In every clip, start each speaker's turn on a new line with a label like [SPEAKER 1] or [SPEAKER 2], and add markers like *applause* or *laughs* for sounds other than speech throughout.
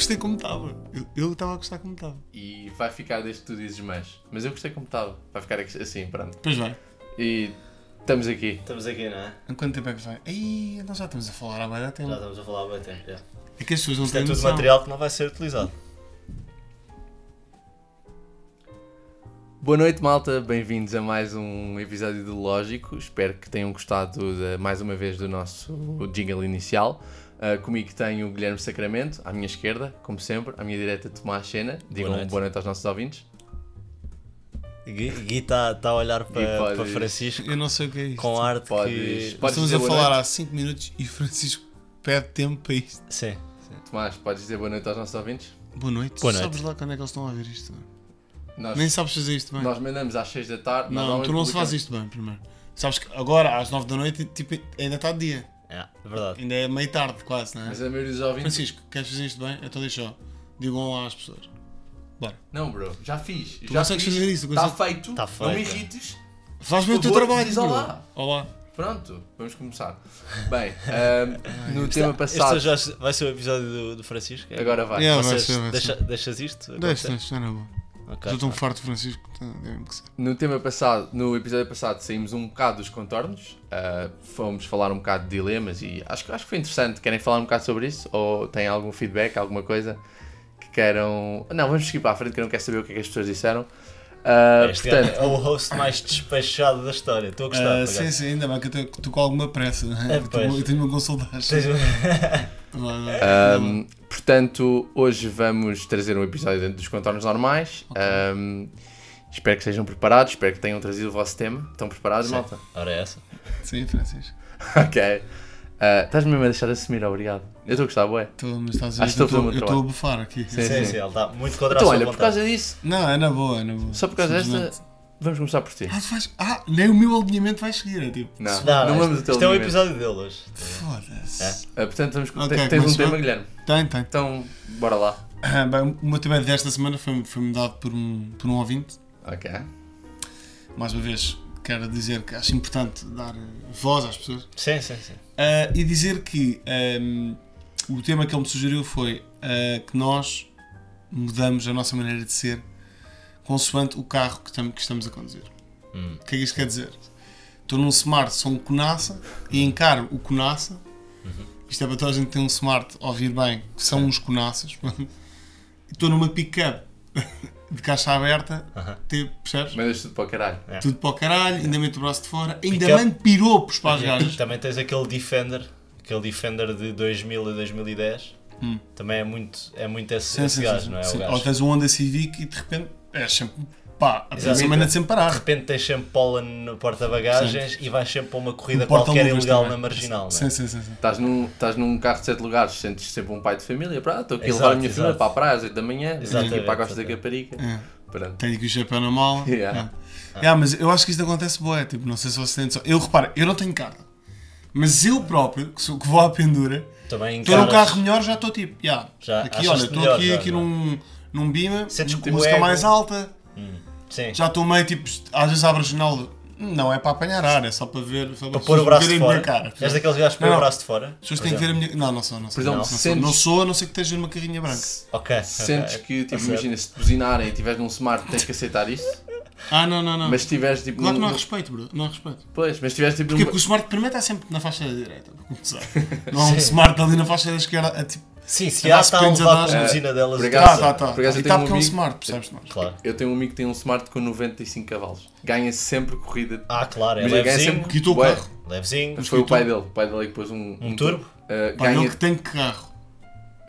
[SPEAKER 1] estava. Eu- Eu estava a gostar como estava.
[SPEAKER 2] E vai ficar desde que tu dizes mas. Mas eu gostei como estava. Vai ficar assim, pronto.
[SPEAKER 1] Pois vai.
[SPEAKER 2] E estamos aqui.
[SPEAKER 3] Estamos aqui, não é?
[SPEAKER 1] Há quanto tempo é que vai? Ei, nós já estamos a falar há bastante
[SPEAKER 3] Já
[SPEAKER 1] tempo.
[SPEAKER 3] estamos a falar há bem tempo. já.
[SPEAKER 1] É que as pessoas não
[SPEAKER 3] Isto é
[SPEAKER 1] têm
[SPEAKER 3] tudo
[SPEAKER 1] noção.
[SPEAKER 3] material que não vai ser utilizado.
[SPEAKER 2] Boa noite, malta. Bem-vindos a mais um episódio do Lógico. Espero que tenham gostado de- mais uma vez do nosso jingle inicial. Ah, comigo tenho o Guilherme Sacramento, à minha esquerda, como sempre, à minha direita, Tomás Sena. Digam boa noite,
[SPEAKER 3] noite.
[SPEAKER 2] aos nossos ouvintes.
[SPEAKER 3] Gui Gui está está a olhar para,
[SPEAKER 2] pode-
[SPEAKER 3] para Francisco
[SPEAKER 1] Eu não sei o que é isto.
[SPEAKER 3] com arte
[SPEAKER 2] Podes,
[SPEAKER 3] que...
[SPEAKER 2] podes
[SPEAKER 1] Estamos
[SPEAKER 2] dizer
[SPEAKER 1] a
[SPEAKER 2] boa
[SPEAKER 1] falar
[SPEAKER 2] noite.
[SPEAKER 1] há 5 minutos e Francisco pede tempo para isto.
[SPEAKER 3] Sim.
[SPEAKER 2] Tomás, podes dizer boa noite aos nossos ouvintes?
[SPEAKER 1] Boa noite.
[SPEAKER 3] Boa
[SPEAKER 1] Sabes
[SPEAKER 3] noite.
[SPEAKER 1] lá quando é que eles estão a ouvir isto?
[SPEAKER 2] Nós,
[SPEAKER 1] Nem sabes fazer isto bem.
[SPEAKER 2] nós mandamos às 6 da tarde.
[SPEAKER 1] não,
[SPEAKER 2] normalmente
[SPEAKER 1] tu não se faz
[SPEAKER 2] publicamos-
[SPEAKER 1] isto bem primeiro. Sabes que agora, às 9 da noite, tipo, ainda está de dia.
[SPEAKER 3] É, é verdade.
[SPEAKER 1] Ainda é meio tarde quase, não é?
[SPEAKER 2] Mas a maioria dos ouvintes.
[SPEAKER 1] Francisco, queres fazer isto bem? Então deixa ó. Digam lá às pessoas. Bora.
[SPEAKER 2] Não, bro, já fiz. já
[SPEAKER 1] consegues
[SPEAKER 2] fiz.
[SPEAKER 1] fazer isso,
[SPEAKER 2] Está
[SPEAKER 1] consegues-
[SPEAKER 2] feito.
[SPEAKER 3] Tá
[SPEAKER 2] Não me
[SPEAKER 3] feito.
[SPEAKER 2] irrites.
[SPEAKER 1] Faz-me o
[SPEAKER 2] Por
[SPEAKER 1] teu
[SPEAKER 2] favor,
[SPEAKER 1] trabalho.
[SPEAKER 2] diz
[SPEAKER 1] meu.
[SPEAKER 2] olá.
[SPEAKER 1] Olá.
[SPEAKER 2] Pronto, vamos começar. Bem, ahm, no tema passado.
[SPEAKER 3] Este já vai ser o episódio do, do Francisco. é?
[SPEAKER 2] Agora vai.
[SPEAKER 1] Yeah, vai
[SPEAKER 3] Vocês
[SPEAKER 1] ser, vai
[SPEAKER 3] deixa-
[SPEAKER 1] ser.
[SPEAKER 3] deixas isto?
[SPEAKER 1] Deixa, deixa, não é bom.
[SPEAKER 3] Ok.
[SPEAKER 1] Estou tão farto, Francisco. tá, deve-me que ser.
[SPEAKER 2] No tema passado, no episódio passado, saímos um bocado dos contornos. ah, fomos falar um bocado de dilemas e acho, que- acho que foi interessante. Querem falar um bocado sobre isso? Ou têm algum feedback, alguma coisa que queiram. Não, vamos seguir para a frente que eu não quero saber o que é que as pessoas disseram. Ah,
[SPEAKER 3] Este
[SPEAKER 2] portanto,
[SPEAKER 3] é o host mais despachado da história. Estou a gostar.
[SPEAKER 1] Ah,
[SPEAKER 3] por
[SPEAKER 1] sim,
[SPEAKER 3] acaso.
[SPEAKER 1] sim, ainda bem que eu tenho- que estou com alguma pressa.
[SPEAKER 3] É,
[SPEAKER 1] Eu
[SPEAKER 3] pois.
[SPEAKER 1] tenho- eu tenho-me a consultar. Vai, vai.
[SPEAKER 2] Um, portanto, hoje vamos trazer um episódio dentro dos contornos normais. Um, espero que sejam preparados, espero que tenham trazido o vosso tema. Estão preparados,
[SPEAKER 3] Sim.
[SPEAKER 2] malta? *laughs*
[SPEAKER 3] Ora é essa.
[SPEAKER 1] Sim, Francisco.
[SPEAKER 2] ok. Uh, Estás mesmo a deixar de assumir, obrigado. Eu estou a gostar, bué.
[SPEAKER 1] Estou, mas estás a
[SPEAKER 2] Acho
[SPEAKER 1] ver
[SPEAKER 2] que
[SPEAKER 1] que eu
[SPEAKER 2] estou
[SPEAKER 1] estou-
[SPEAKER 2] a fazer o meu
[SPEAKER 1] eu estou a bufar aqui.
[SPEAKER 2] Sim,
[SPEAKER 3] Sim, sim,
[SPEAKER 2] sim.
[SPEAKER 3] ele está muito contra
[SPEAKER 2] Então,
[SPEAKER 3] a sua
[SPEAKER 2] olha, por
[SPEAKER 3] vontade.
[SPEAKER 2] causa disso,
[SPEAKER 1] Não, é na boa, é na boa.
[SPEAKER 2] só por causa desta,
[SPEAKER 1] Simplesmente.
[SPEAKER 2] vamos começar por ti.
[SPEAKER 1] Ah, tu vais- ah, nem o meu alinhamento vai seguir. É tipo.
[SPEAKER 2] Não,
[SPEAKER 3] Não,
[SPEAKER 2] não,
[SPEAKER 3] não,
[SPEAKER 2] vamos do
[SPEAKER 3] isto,
[SPEAKER 2] teu
[SPEAKER 3] isto é um
[SPEAKER 2] alinhamento.
[SPEAKER 3] episódio dele hoje.
[SPEAKER 1] Foda-se.
[SPEAKER 2] Uh, portanto, vamos com-
[SPEAKER 1] Ok,
[SPEAKER 2] te- tens um
[SPEAKER 1] começa
[SPEAKER 2] tema,
[SPEAKER 1] bem.
[SPEAKER 2] Guilherme.
[SPEAKER 1] Tem, tem. *coughs*
[SPEAKER 2] Então, bora lá.
[SPEAKER 1] Ah, bem, o meu tema desta semana foi- foi-me dado por um, por um ouvinte.
[SPEAKER 2] Ok.
[SPEAKER 1] Mais uma vez, quero dizer que acho importante dar eh, voz às pessoas.
[SPEAKER 3] Sim, sim, sim.
[SPEAKER 1] Ah, e dizer que ahm, o tema que ele me sugeriu foi ah, que nós mudamos a nossa maneira de ser consoante o carro que, tam- que estamos a conduzir.
[SPEAKER 3] Hum.
[SPEAKER 1] O que é que isto quer dizer? Estou num smart, sou um Conassa e
[SPEAKER 3] Uhum.
[SPEAKER 1] encaro o Conassa. Isto é para toda a gente que tem um smart, ouvir bem, que são uns Conassas. *laughs* Estou numa pick-up de caixa aberta,
[SPEAKER 3] Aham.
[SPEAKER 1] te- percebes?
[SPEAKER 2] Mandas tudo para o caralho.
[SPEAKER 3] É.
[SPEAKER 1] Tudo para o caralho, ainda meto o braço de fora, ainda
[SPEAKER 3] Pick-up.
[SPEAKER 1] mando piropos para as
[SPEAKER 3] E
[SPEAKER 1] gajas.
[SPEAKER 3] Também tens aquele Defender, aquele Defender de 2000 a 2010.
[SPEAKER 1] Hum.
[SPEAKER 3] Também é muito, é muito esse,
[SPEAKER 1] Sim,
[SPEAKER 3] esse
[SPEAKER 1] sim,
[SPEAKER 3] gajo,
[SPEAKER 1] sim,
[SPEAKER 3] não é?
[SPEAKER 1] sim.
[SPEAKER 3] O
[SPEAKER 1] Ou
[SPEAKER 3] gajo.
[SPEAKER 1] tens um Honda Civic e de repente é sempre pá, a
[SPEAKER 3] Exato.
[SPEAKER 1] semana de sempre
[SPEAKER 3] De
[SPEAKER 1] parar.
[SPEAKER 3] repente tens sempre pólen no porta-bagagens e vais sempre para uma corrida
[SPEAKER 1] No Um porta
[SPEAKER 3] qualquer
[SPEAKER 1] luvas
[SPEAKER 3] ilegal
[SPEAKER 1] também.
[SPEAKER 3] na marginal, não
[SPEAKER 1] Sim,
[SPEAKER 3] é?
[SPEAKER 1] sim, sim. sim.
[SPEAKER 2] Estás num, estás num carro de sete lugares, sentes sempre um pai de família. Pá, estou aqui a
[SPEAKER 3] Exato,
[SPEAKER 2] levar a minha
[SPEAKER 3] exato.
[SPEAKER 2] família para a praia às 8 da manhã, estou aqui
[SPEAKER 3] Exatamente,
[SPEAKER 2] para a costa da
[SPEAKER 3] exatamente.
[SPEAKER 2] Caparica.
[SPEAKER 1] É.
[SPEAKER 2] Pronto.
[SPEAKER 1] Tenho aqui o chapéu na mala.
[SPEAKER 2] Yeah.
[SPEAKER 1] É. Yeah, mas eu acho que isto acontece boé, tipo, não sei se vocês têm noção. Eu reparo, eu não tenho carro. Mas eu próprio, que, sou, que vou à pendura,
[SPEAKER 3] Também
[SPEAKER 1] estou num
[SPEAKER 3] encaras-
[SPEAKER 1] carro melhor, já estou tipo, yeah,
[SPEAKER 3] Já
[SPEAKER 1] aqui
[SPEAKER 3] achas-te
[SPEAKER 1] olha, estou
[SPEAKER 3] melhor,
[SPEAKER 1] aqui,
[SPEAKER 3] já,
[SPEAKER 1] aqui
[SPEAKER 3] não é?
[SPEAKER 1] num, num bima,
[SPEAKER 3] Sentes
[SPEAKER 1] com
[SPEAKER 3] que o
[SPEAKER 1] música
[SPEAKER 3] ego-
[SPEAKER 1] mais alta,
[SPEAKER 3] Sim.
[SPEAKER 1] já estou meio tipo, às vezes abro a janela, de, não é para apanhar ar, é só para ver, só
[SPEAKER 3] Para pôr o braço de
[SPEAKER 1] verem
[SPEAKER 3] fora.
[SPEAKER 1] minha cara.
[SPEAKER 3] És daqueles gajos que põe
[SPEAKER 1] Não, não.
[SPEAKER 3] o braço de fora.
[SPEAKER 1] As pessoas têm que ver a minha. Não, não sou, não sou.
[SPEAKER 2] Por exemplo,
[SPEAKER 1] não,
[SPEAKER 2] se
[SPEAKER 1] sou.
[SPEAKER 2] sentes-
[SPEAKER 1] não sou, a não ser que esteja numa carrinha branca.
[SPEAKER 3] Ok. ok.
[SPEAKER 2] Sentes que, tipo,
[SPEAKER 3] É, Certo.
[SPEAKER 2] imagina, se te buzinarem e tiveres num smart, tens que aceitar isso.
[SPEAKER 1] Ah, não, não, não.
[SPEAKER 2] Mas se tiveres, tipo,
[SPEAKER 1] Claro que não há
[SPEAKER 2] num-
[SPEAKER 1] respeito, bro. Não há respeito.
[SPEAKER 2] Pois, mas se tiveres, tipo,
[SPEAKER 1] Porque
[SPEAKER 2] num-
[SPEAKER 1] o smart primeiro está sempre na faixa da direita, para
[SPEAKER 2] *laughs*
[SPEAKER 1] começar. Não há um smart ali na faixa da esquerda. É tipo.
[SPEAKER 3] Sim, se
[SPEAKER 1] Andar
[SPEAKER 3] há, está a
[SPEAKER 1] sequentes a
[SPEAKER 3] levar com
[SPEAKER 1] dar-
[SPEAKER 3] a buzina delas.
[SPEAKER 2] É, Obrigado.
[SPEAKER 1] Tá,
[SPEAKER 2] acaso-
[SPEAKER 1] tá, tá.
[SPEAKER 2] por acaso eu
[SPEAKER 1] E
[SPEAKER 2] tenho
[SPEAKER 1] tá
[SPEAKER 2] um
[SPEAKER 1] porque é um
[SPEAKER 2] amigo-
[SPEAKER 1] smart, percebes? Nós?
[SPEAKER 3] Claro.
[SPEAKER 2] Eu tenho um amigo que tem um smart com 95 cavalos. Ganha sempre corrida.
[SPEAKER 3] Ah, claro, é
[SPEAKER 2] Mas ele ganha
[SPEAKER 3] levezinho.
[SPEAKER 2] sempre.
[SPEAKER 1] Quitou o
[SPEAKER 2] Bué.
[SPEAKER 1] carro.
[SPEAKER 3] Levezinho.
[SPEAKER 2] Foi o pai dele. O pai dele que pôs um.
[SPEAKER 3] Um turbo?
[SPEAKER 2] Uh,
[SPEAKER 1] Pá, ele
[SPEAKER 2] ganha
[SPEAKER 1] que tem que carro.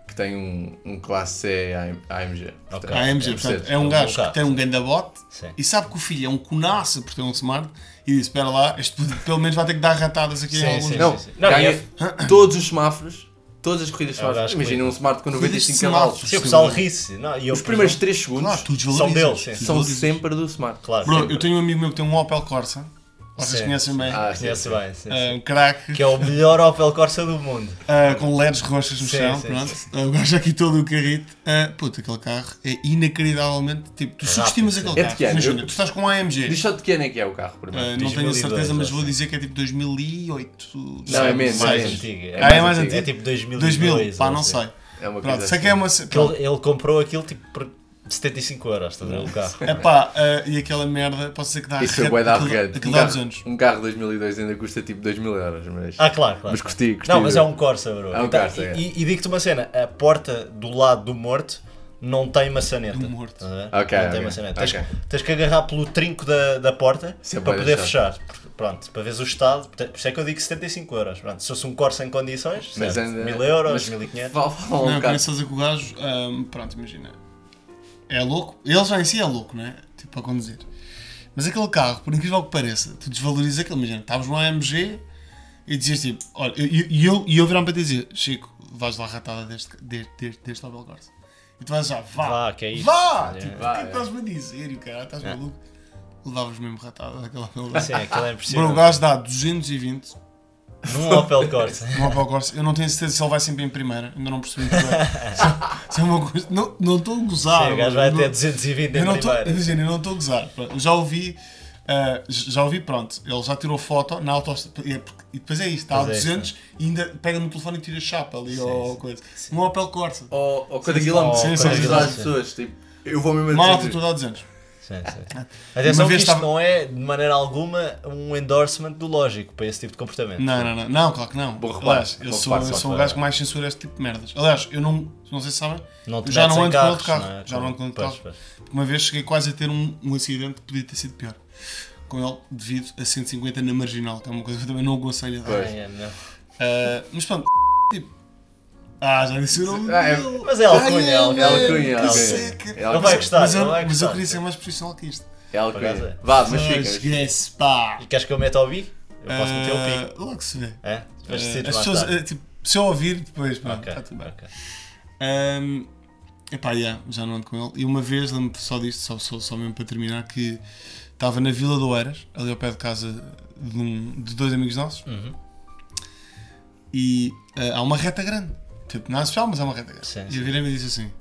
[SPEAKER 2] que tem um, um classe C AM- AMG. portanto.
[SPEAKER 3] Ah,
[SPEAKER 1] A AMG,
[SPEAKER 2] é
[SPEAKER 1] portanto,
[SPEAKER 2] Mercedes,
[SPEAKER 1] é um
[SPEAKER 3] um
[SPEAKER 1] gajo
[SPEAKER 3] carro.
[SPEAKER 1] que tem um gandabote
[SPEAKER 3] Sim.
[SPEAKER 1] e sabe que o filho é um conaça por ter um smart e diz: Espera lá, este puto pelo menos vai ter que dar ratadas aqui
[SPEAKER 3] Sim,
[SPEAKER 1] em alguns.
[SPEAKER 3] sim,
[SPEAKER 2] Não,
[SPEAKER 3] sim. Não,
[SPEAKER 2] ganha
[SPEAKER 3] e
[SPEAKER 2] todos os semáforos, todas as corridas de
[SPEAKER 3] É o
[SPEAKER 2] semáforos.
[SPEAKER 3] gajo que
[SPEAKER 2] Imagina
[SPEAKER 3] liga.
[SPEAKER 2] um smart com
[SPEAKER 1] Corridas de
[SPEAKER 2] 95
[SPEAKER 1] semáforos.
[SPEAKER 2] cavalos.
[SPEAKER 3] Sim, o pessoal ri-se. Não, e eu,
[SPEAKER 2] Os
[SPEAKER 3] por
[SPEAKER 2] primeiros
[SPEAKER 3] exemplo,
[SPEAKER 2] 3 segundos
[SPEAKER 1] Claro, é tu desvalorizas.
[SPEAKER 3] deles, sim.
[SPEAKER 1] Tu
[SPEAKER 2] são
[SPEAKER 1] desvalorizas.
[SPEAKER 2] sempre do smart.
[SPEAKER 3] Claro.
[SPEAKER 1] Bro,
[SPEAKER 3] sempre.
[SPEAKER 1] eu tenho um amigo meu que tem um Opel Corsa. Vocês
[SPEAKER 3] Sim,
[SPEAKER 1] conhecem
[SPEAKER 3] sim.
[SPEAKER 1] bem.
[SPEAKER 2] Ah, sim.
[SPEAKER 3] Conhece bem, sim, sim.
[SPEAKER 1] É, um craque.
[SPEAKER 3] Que é o melhor Opel Corsa do mundo.
[SPEAKER 1] Ah, com LEDs roxas no
[SPEAKER 3] Sim,
[SPEAKER 1] chão,
[SPEAKER 3] sim,
[SPEAKER 1] pronto. Ah, o gajo aqui todo o carrito. Ah, puta, aquele carro é inacreditavelmente. Tipo, tu subestimas
[SPEAKER 3] sim.
[SPEAKER 1] aquele
[SPEAKER 2] É de
[SPEAKER 1] carro.
[SPEAKER 2] que ano?
[SPEAKER 1] Imagina,
[SPEAKER 2] Eu-
[SPEAKER 1] tu estás com um AMG.
[SPEAKER 2] Diz só de que ano é que é o carro,
[SPEAKER 1] Ah,
[SPEAKER 2] primeiro.
[SPEAKER 1] não tenho a
[SPEAKER 3] 2002,
[SPEAKER 1] certeza, mas vou
[SPEAKER 3] acho.
[SPEAKER 1] dizer que é tipo 2008.
[SPEAKER 2] Não, é menos,
[SPEAKER 1] sei,
[SPEAKER 2] é
[SPEAKER 3] mais
[SPEAKER 2] menos.
[SPEAKER 3] antiga.
[SPEAKER 1] Ah, é mais
[SPEAKER 3] É
[SPEAKER 1] antiga.
[SPEAKER 3] tipo 2002.
[SPEAKER 1] 2000, pá,
[SPEAKER 3] ou
[SPEAKER 1] não
[SPEAKER 3] assim.
[SPEAKER 1] sei.
[SPEAKER 2] É uma
[SPEAKER 1] Pronto,
[SPEAKER 2] coisa
[SPEAKER 1] sei que é
[SPEAKER 2] assim.
[SPEAKER 1] uma. ce-
[SPEAKER 3] Que ele, ele comprou aquilo tipo por 75 euros, estás a ver o carro.
[SPEAKER 1] Epá, ah, e aquela merda, pode ser que dá
[SPEAKER 2] Isso foi
[SPEAKER 1] arrete-
[SPEAKER 2] bué de
[SPEAKER 1] aquilo-
[SPEAKER 2] arrogante. Um
[SPEAKER 1] Aquilo dá
[SPEAKER 2] carro,
[SPEAKER 1] anos.
[SPEAKER 2] um carro 2002 ainda custa tipo 2 mil euros, mas,
[SPEAKER 3] Ah, claro, claro.
[SPEAKER 2] mas curti, curti.
[SPEAKER 3] Não, mas é um Corsa, bro.
[SPEAKER 2] É um
[SPEAKER 3] Então,
[SPEAKER 2] Corsa,
[SPEAKER 3] e-
[SPEAKER 2] é.
[SPEAKER 3] E, e digo-te uma cena: a porta do lado do morto não tem maçaneta.
[SPEAKER 1] Do morto.
[SPEAKER 3] estás a ver?
[SPEAKER 2] Ok,
[SPEAKER 3] não tem
[SPEAKER 2] ok,
[SPEAKER 3] maçaneta.
[SPEAKER 2] ok.
[SPEAKER 3] Tens, tens que agarrar pelo trinco da, da porta
[SPEAKER 2] Isso é
[SPEAKER 3] para
[SPEAKER 2] bué
[SPEAKER 3] poder
[SPEAKER 2] chato.
[SPEAKER 3] fechar. Porque, Pronto, para veres o estado. Por isso é que eu digo 75 euros. Pronto, se fosse um Corsa em condições,
[SPEAKER 2] Mas
[SPEAKER 3] certo,
[SPEAKER 2] ainda-
[SPEAKER 3] 1000 euros,
[SPEAKER 2] mas
[SPEAKER 3] 1500.
[SPEAKER 2] Fala, fala um
[SPEAKER 1] Não,
[SPEAKER 2] bocado.
[SPEAKER 1] começas a com o gajo, hum, pronto, imagina. É louco. Ele já em si é louco, não é? Tipo, a conduzir. Mas aquele carro, por incrível que pareça, tu desvaloriza aquele. Imagina, estavas numa AMG e dizias tipo, olha, e eu, eu, eu, eu virar para ti e dizer, Chico, vais lá ratada deste, deste, deste, deste Opel Corsa. E tu vais já, vá,
[SPEAKER 3] Vá, que é isso.
[SPEAKER 1] vá!
[SPEAKER 3] É.
[SPEAKER 1] Tipo, o que
[SPEAKER 2] Vá,
[SPEAKER 1] é que
[SPEAKER 2] é.
[SPEAKER 1] estás-me a dizer? E o cara, estás maluco? Levavas mesmo ratada daquela Opel
[SPEAKER 3] Sim,
[SPEAKER 1] Corsa.
[SPEAKER 3] aquilo é
[SPEAKER 1] Bro,
[SPEAKER 3] impossível.
[SPEAKER 1] o gajo dá 220
[SPEAKER 3] Num Opel Corsa.
[SPEAKER 1] um Opel Corsa. Eu não tenho certeza se ele vai sempre em primeira. Ainda não percebi muito
[SPEAKER 3] *laughs*
[SPEAKER 1] bem. Se- se é uma coisa- Não não estou a gozar.
[SPEAKER 3] Sim, o
[SPEAKER 1] mano.
[SPEAKER 3] gajo vai
[SPEAKER 1] Ah, Não-
[SPEAKER 3] até 220
[SPEAKER 1] eu
[SPEAKER 3] em
[SPEAKER 1] não estou- *laughs*
[SPEAKER 3] primeira.
[SPEAKER 1] imagina, eu não estou a gozar. Pronto, Já ouvi. ah, já ouvi, pronto, ele já tirou foto na autostrada e depois é isto, está a
[SPEAKER 3] Pois é,
[SPEAKER 1] 200 e ainda pega no telefone e tira chapa ali ou coisa. Um Opel Corsa,
[SPEAKER 2] Ou, ou
[SPEAKER 3] sim,
[SPEAKER 2] quilómetros,
[SPEAKER 1] sim,
[SPEAKER 2] sim,
[SPEAKER 1] sim, sim,
[SPEAKER 2] as
[SPEAKER 3] sim.
[SPEAKER 2] pessoas, tipo, eu vou mesmo a
[SPEAKER 1] malta,
[SPEAKER 2] dizer,
[SPEAKER 1] tu dá 200.
[SPEAKER 3] Sim, sim. Atenção, que
[SPEAKER 1] vez
[SPEAKER 3] isto
[SPEAKER 1] estava-
[SPEAKER 3] não é de maneira alguma um endorsement do lógico para esse tipo de comportamento.
[SPEAKER 1] Não, não, não, não, claro que não.
[SPEAKER 2] Bom reparo,
[SPEAKER 1] Aliás, eu
[SPEAKER 2] bom
[SPEAKER 1] sou,
[SPEAKER 2] reparo,
[SPEAKER 1] eu
[SPEAKER 2] só
[SPEAKER 1] sou o
[SPEAKER 2] para-
[SPEAKER 1] gajo que mais censura este tipo de merdas. Aliás, eu não, não sei se sabem,
[SPEAKER 3] Não te
[SPEAKER 1] eu já
[SPEAKER 3] metes
[SPEAKER 1] não
[SPEAKER 3] em
[SPEAKER 1] ando com outro
[SPEAKER 3] carros,
[SPEAKER 1] carro.
[SPEAKER 3] não é?
[SPEAKER 1] Já não ando com outro
[SPEAKER 3] Pois,
[SPEAKER 1] carro.
[SPEAKER 3] pois.
[SPEAKER 1] Uma vez cheguei quase a ter um, um acidente que podia ter sido pior. Com ele devido a 150 na marginal, que é uma coisa que eu também não aconselho a dar.
[SPEAKER 2] Pois.
[SPEAKER 3] Ah, é, não.
[SPEAKER 1] Ah, mas pronto, tipo. Ah, já disse o nome.
[SPEAKER 2] Ah, é-
[SPEAKER 1] dele.
[SPEAKER 3] Mas é alcunha,
[SPEAKER 1] Ai,
[SPEAKER 3] é alcunha.
[SPEAKER 1] mano,
[SPEAKER 2] É alcunha,
[SPEAKER 1] que
[SPEAKER 2] é alcunha.
[SPEAKER 1] seca.
[SPEAKER 2] É alcunha.
[SPEAKER 3] Ele vai gostar,
[SPEAKER 1] mas eu,
[SPEAKER 3] ele vai
[SPEAKER 1] mas eu
[SPEAKER 3] gostar.
[SPEAKER 1] queria ser mais profissional que isto.
[SPEAKER 2] É
[SPEAKER 3] Por
[SPEAKER 2] alcunha.
[SPEAKER 3] acaso é.
[SPEAKER 2] Vá, mas
[SPEAKER 1] Ah,
[SPEAKER 2] fica. mas fica.
[SPEAKER 1] esquece, pá.
[SPEAKER 3] E queres que eu meta o bi? Eu posso meter o pi.
[SPEAKER 1] Ah, Logo se vê.
[SPEAKER 3] É? Depois
[SPEAKER 1] Ah,
[SPEAKER 3] decides
[SPEAKER 1] as
[SPEAKER 3] mais
[SPEAKER 1] pessoas,
[SPEAKER 3] tarde.
[SPEAKER 1] ah, tipo, se eu ouvir, depois, pronto,
[SPEAKER 3] Ok,
[SPEAKER 1] está tudo bem.
[SPEAKER 3] ok.
[SPEAKER 1] Ahm, epá, yeah, já não ando com ele. E uma vez, lembro-me só disto, só, só, só mesmo para terminar, que estava na Vila do Eiras, ali ao pé de casa de, um- de dois amigos nossos,
[SPEAKER 3] Uhum.
[SPEAKER 1] e ah, há uma reta grande. Tipo, não é especial, mas há uma reta grande.
[SPEAKER 3] Sim,
[SPEAKER 1] e
[SPEAKER 3] sim.
[SPEAKER 1] eu virei-me e disse assim: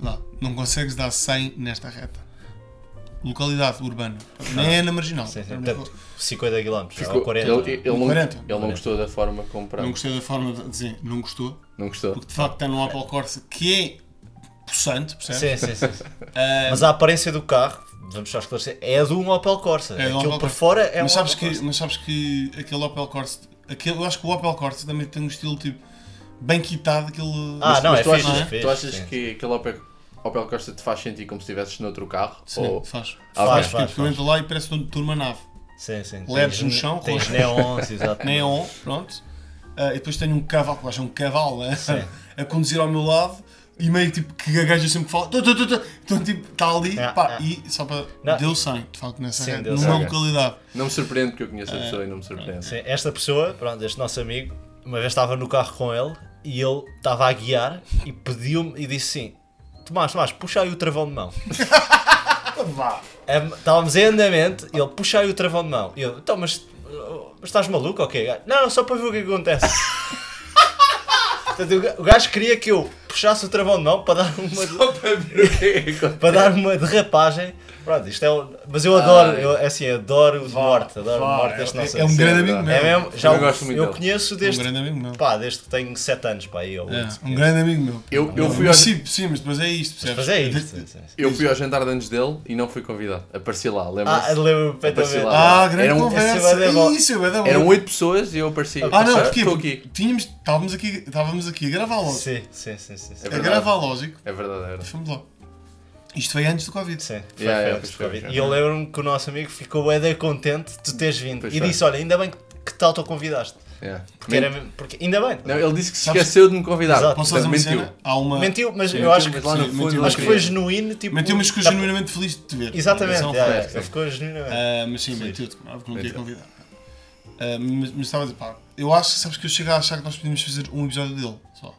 [SPEAKER 1] lá, não consegues dar 100 nesta reta. Localidade urbana. Nem é na marginal.
[SPEAKER 3] Sim,
[SPEAKER 1] É
[SPEAKER 3] sim.
[SPEAKER 1] na
[SPEAKER 3] Portanto, 50 km ou
[SPEAKER 2] Ficou-
[SPEAKER 3] 40.
[SPEAKER 2] Ele, ele, não,
[SPEAKER 1] 40.
[SPEAKER 2] ele não gostou da forma
[SPEAKER 1] Não
[SPEAKER 2] como compramos.
[SPEAKER 1] gostei da forma de dizer, não gostou,
[SPEAKER 2] Não gostou.
[SPEAKER 1] porque de facto está num Apple Corsa que é possante, percebes?
[SPEAKER 3] Sim, sim, sim. sim.
[SPEAKER 1] Ah,
[SPEAKER 3] Mas a aparência do carro, vamos só esclarecer, é a de um Opel Corsa.
[SPEAKER 1] É de um
[SPEAKER 3] Aquilo
[SPEAKER 1] Opel
[SPEAKER 3] por
[SPEAKER 1] Corsa.
[SPEAKER 3] fora é um
[SPEAKER 1] mas, sabes
[SPEAKER 3] Opel
[SPEAKER 1] que,
[SPEAKER 3] Corsa.
[SPEAKER 1] mas sabes que aquele Opel Corsa, aquele, eu acho que o Opel Corsa também tem um estilo tipo bem quitado, aquele.
[SPEAKER 3] Ah, não,
[SPEAKER 2] mas
[SPEAKER 3] é
[SPEAKER 2] tu
[SPEAKER 3] fixe,
[SPEAKER 2] achas,
[SPEAKER 3] é fixe,
[SPEAKER 2] tu achas
[SPEAKER 3] sim.
[SPEAKER 2] que aquele Opel, Opel Corsa te faz sentir como se estivesses noutro carro?
[SPEAKER 1] Sim,
[SPEAKER 2] ou...
[SPEAKER 1] faz.
[SPEAKER 2] Ah,
[SPEAKER 3] Faz,
[SPEAKER 2] ok.
[SPEAKER 3] Oh. faz,
[SPEAKER 1] Tipo, eu
[SPEAKER 3] faz.
[SPEAKER 1] entro lá e parece de turma nave.
[SPEAKER 3] Sim, sim.
[SPEAKER 1] LEDs
[SPEAKER 3] Tens-
[SPEAKER 1] no chão,
[SPEAKER 3] Tens
[SPEAKER 1] roxo.
[SPEAKER 3] neons, *laughs* exato.
[SPEAKER 1] Neon, é pronto. Ah, e depois tenho um cavalo, que eu acho um cavalo a,
[SPEAKER 3] Sim.
[SPEAKER 1] *laughs* a conduzir ao meu lado. E meio tipo que a gaja sempre fala, "Tu, tu, tu, tu." então tipo, está ali,
[SPEAKER 3] Ah,
[SPEAKER 1] pá,
[SPEAKER 3] ah.
[SPEAKER 1] e só para.
[SPEAKER 3] Não,
[SPEAKER 1] deu 100, de facto, nessa
[SPEAKER 3] Sim,
[SPEAKER 1] rede,
[SPEAKER 3] deu
[SPEAKER 1] numa
[SPEAKER 2] 100.
[SPEAKER 1] localidade.
[SPEAKER 2] Não me surpreende porque eu conheço a pessoa e não me surpreende.
[SPEAKER 3] É, Sim, esta pessoa, pronto, este nosso amigo, uma vez estava no carro com ele e ele estava a guiar e pediu-me e disse assim: Tomás, Tomás, puxa aí o travão de mão.
[SPEAKER 1] Vá!
[SPEAKER 3] Am- Estávamos em andamento e ele puxa aí o travão de mão. E eu, então, mas, uh, mas estás maluco ou quê? Não, não, só para ver o que é que acontece. *laughs* Portanto, o ga- o gajo queria que eu puxasse o travão de mão para dar
[SPEAKER 2] *laughs*
[SPEAKER 3] uma,
[SPEAKER 2] Só para ver o que é que acontece.
[SPEAKER 3] para dar uma derrapagem. Pronto, isto é um- Mas eu adoro,
[SPEAKER 2] Ai.
[SPEAKER 3] eu, assim, adoro o de morte, adoro o de
[SPEAKER 1] Vá,
[SPEAKER 3] morte deste nosso
[SPEAKER 1] é, é um
[SPEAKER 3] amigo.
[SPEAKER 1] grande
[SPEAKER 2] sim,
[SPEAKER 1] amigo meu.
[SPEAKER 3] É mesmo? Já
[SPEAKER 2] Eu
[SPEAKER 3] o-
[SPEAKER 2] gosto muito
[SPEAKER 3] eu
[SPEAKER 2] dele.
[SPEAKER 3] conheço
[SPEAKER 1] É
[SPEAKER 3] desde,
[SPEAKER 1] um grande amigo meu.
[SPEAKER 3] pá, desde que tenho 7 anos, pá, aí, ou 8.
[SPEAKER 1] É, um grande amigo meu.
[SPEAKER 2] Eu, eu, fui ao,
[SPEAKER 1] mas, sim, sim, mas depois é isto, percebes?
[SPEAKER 3] Mas é isto. sim, sim.
[SPEAKER 2] eu fui ao jantar de antes dele e não fui convidado. Apareci lá,
[SPEAKER 3] Ah,
[SPEAKER 2] lembra-se?
[SPEAKER 3] lembro-me
[SPEAKER 2] Apareceu
[SPEAKER 3] perfeitamente.
[SPEAKER 2] lá.
[SPEAKER 1] Ah, grande
[SPEAKER 2] Era um-
[SPEAKER 1] conversa.
[SPEAKER 3] esse é bué da bom.
[SPEAKER 1] Isso, é bué da bom.
[SPEAKER 2] Eram um oito pessoas e eu apareci.
[SPEAKER 1] Ah, não,
[SPEAKER 2] Pá,
[SPEAKER 1] porque
[SPEAKER 2] Estou aqui.
[SPEAKER 1] Tínhamos, estávamos, aqui, estávamos aqui a gravar logo.
[SPEAKER 3] Ah, Sim, é sim, sim. sim, sim.
[SPEAKER 1] a
[SPEAKER 2] verdade.
[SPEAKER 1] gravar, lógico.
[SPEAKER 2] É verdade, é verdade.
[SPEAKER 1] Fomos logo. Isto foi antes do Covid.
[SPEAKER 3] Sim, foi
[SPEAKER 2] Yeah, yeah,
[SPEAKER 3] feito,
[SPEAKER 2] pois
[SPEAKER 3] foi
[SPEAKER 2] foi,
[SPEAKER 3] feito.
[SPEAKER 2] foi.
[SPEAKER 3] E eu lembro-me que o nosso amigo ficou bem contente de tu teres vindo.
[SPEAKER 2] Pois
[SPEAKER 3] e
[SPEAKER 2] foi.
[SPEAKER 3] disse: Olha, ainda bem que, que te autoconvidaste.
[SPEAKER 2] Yeah.
[SPEAKER 3] Porque era, mesmo- porque, ainda bem.
[SPEAKER 2] É. Não, ele disse que se
[SPEAKER 1] Sabes-
[SPEAKER 2] esqueceu de me convidar.
[SPEAKER 3] Exato.
[SPEAKER 1] Posso fazer uma
[SPEAKER 2] Mentiu.
[SPEAKER 1] cena? Há uma...
[SPEAKER 3] mentiu, mas
[SPEAKER 2] Sim,
[SPEAKER 3] eu
[SPEAKER 2] mentiu,
[SPEAKER 3] acho que,
[SPEAKER 2] mas lá no
[SPEAKER 1] é. sim,
[SPEAKER 2] fundo
[SPEAKER 1] mentiu,
[SPEAKER 2] eu
[SPEAKER 3] acho que foi
[SPEAKER 2] queria.
[SPEAKER 3] genuíno. Tipo,
[SPEAKER 1] Mentiu, mas ficou
[SPEAKER 3] tá-
[SPEAKER 1] genuinamente feliz de te ver.
[SPEAKER 3] Exatamente, é.
[SPEAKER 1] Atenção,
[SPEAKER 3] yeah,
[SPEAKER 1] foi.
[SPEAKER 3] yeah,
[SPEAKER 2] sim.
[SPEAKER 3] ele ficou genuinamente.
[SPEAKER 1] Ah, mas sim, mentiu, óbvio que não tinha convidado. Ah, mas, mas estava a dizer, pá, eu acho que sabes que eu chego a achar que nós podíamos fazer um episódio dele só.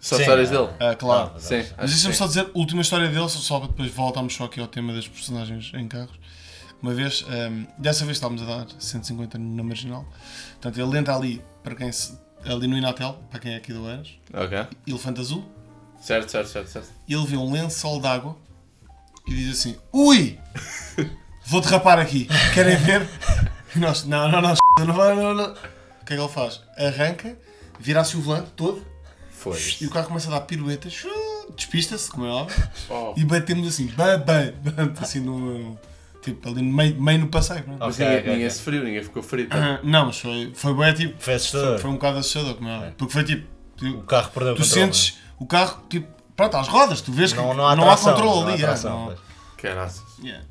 [SPEAKER 2] Só
[SPEAKER 3] Sim.
[SPEAKER 2] histórias dele.
[SPEAKER 1] Ah, claro.
[SPEAKER 3] Ah,
[SPEAKER 2] Sim.
[SPEAKER 1] Mas
[SPEAKER 2] acho que
[SPEAKER 1] deixa-me
[SPEAKER 2] sim.
[SPEAKER 1] só dizer, última história dele, só- só para depois voltarmos só aqui ao tema das personagens em carros. Uma vez, ehm, dessa vez estávamos a dar 150 na marginal. Portanto, ele entra ali, para quem se, ali no Inatel, para quem é aqui do Eiras,
[SPEAKER 3] um
[SPEAKER 2] Ok.
[SPEAKER 1] elefante azul,
[SPEAKER 2] Certo, certo, certo, certo.
[SPEAKER 1] e ele vê um lençol d'água e diz assim: Ui! Vou-te rapar aqui, querem ver? E nós, não, não, não, não, vai, não, não. O que é que ele faz? Arranca, vira-se o volante todo,
[SPEAKER 2] Foi.
[SPEAKER 1] E o carro começa a dar piruetas, despista-se, como é óbvio,
[SPEAKER 2] Oh,
[SPEAKER 1] e batemos assim, bam, bam, bam, assim no. Tipo, ali no meio, meio no passeio. não é?
[SPEAKER 2] mas
[SPEAKER 3] Ok,
[SPEAKER 2] ninguém,
[SPEAKER 3] ok,
[SPEAKER 2] ninguém
[SPEAKER 3] ok.
[SPEAKER 2] sofreu, ninguém ficou
[SPEAKER 3] *coughs*
[SPEAKER 2] ferido.
[SPEAKER 1] Ah, *coughs* Não, mas foi, foi bem, tipo,
[SPEAKER 3] Foi assustador.
[SPEAKER 1] foi um bocado assustador, como é óbvio. Porque foi tipo, tu-
[SPEAKER 3] O carro perdeu o
[SPEAKER 1] tu
[SPEAKER 3] controle. é?
[SPEAKER 1] sentes o carro, tipo, pronto, às rodas, tu vês que
[SPEAKER 3] não,
[SPEAKER 1] não,
[SPEAKER 3] não há,
[SPEAKER 1] há
[SPEAKER 3] tração,
[SPEAKER 1] controle
[SPEAKER 3] não há
[SPEAKER 1] ali. é,
[SPEAKER 3] tração,
[SPEAKER 1] não-
[SPEAKER 3] pois.
[SPEAKER 2] Caraças.
[SPEAKER 1] Yeah.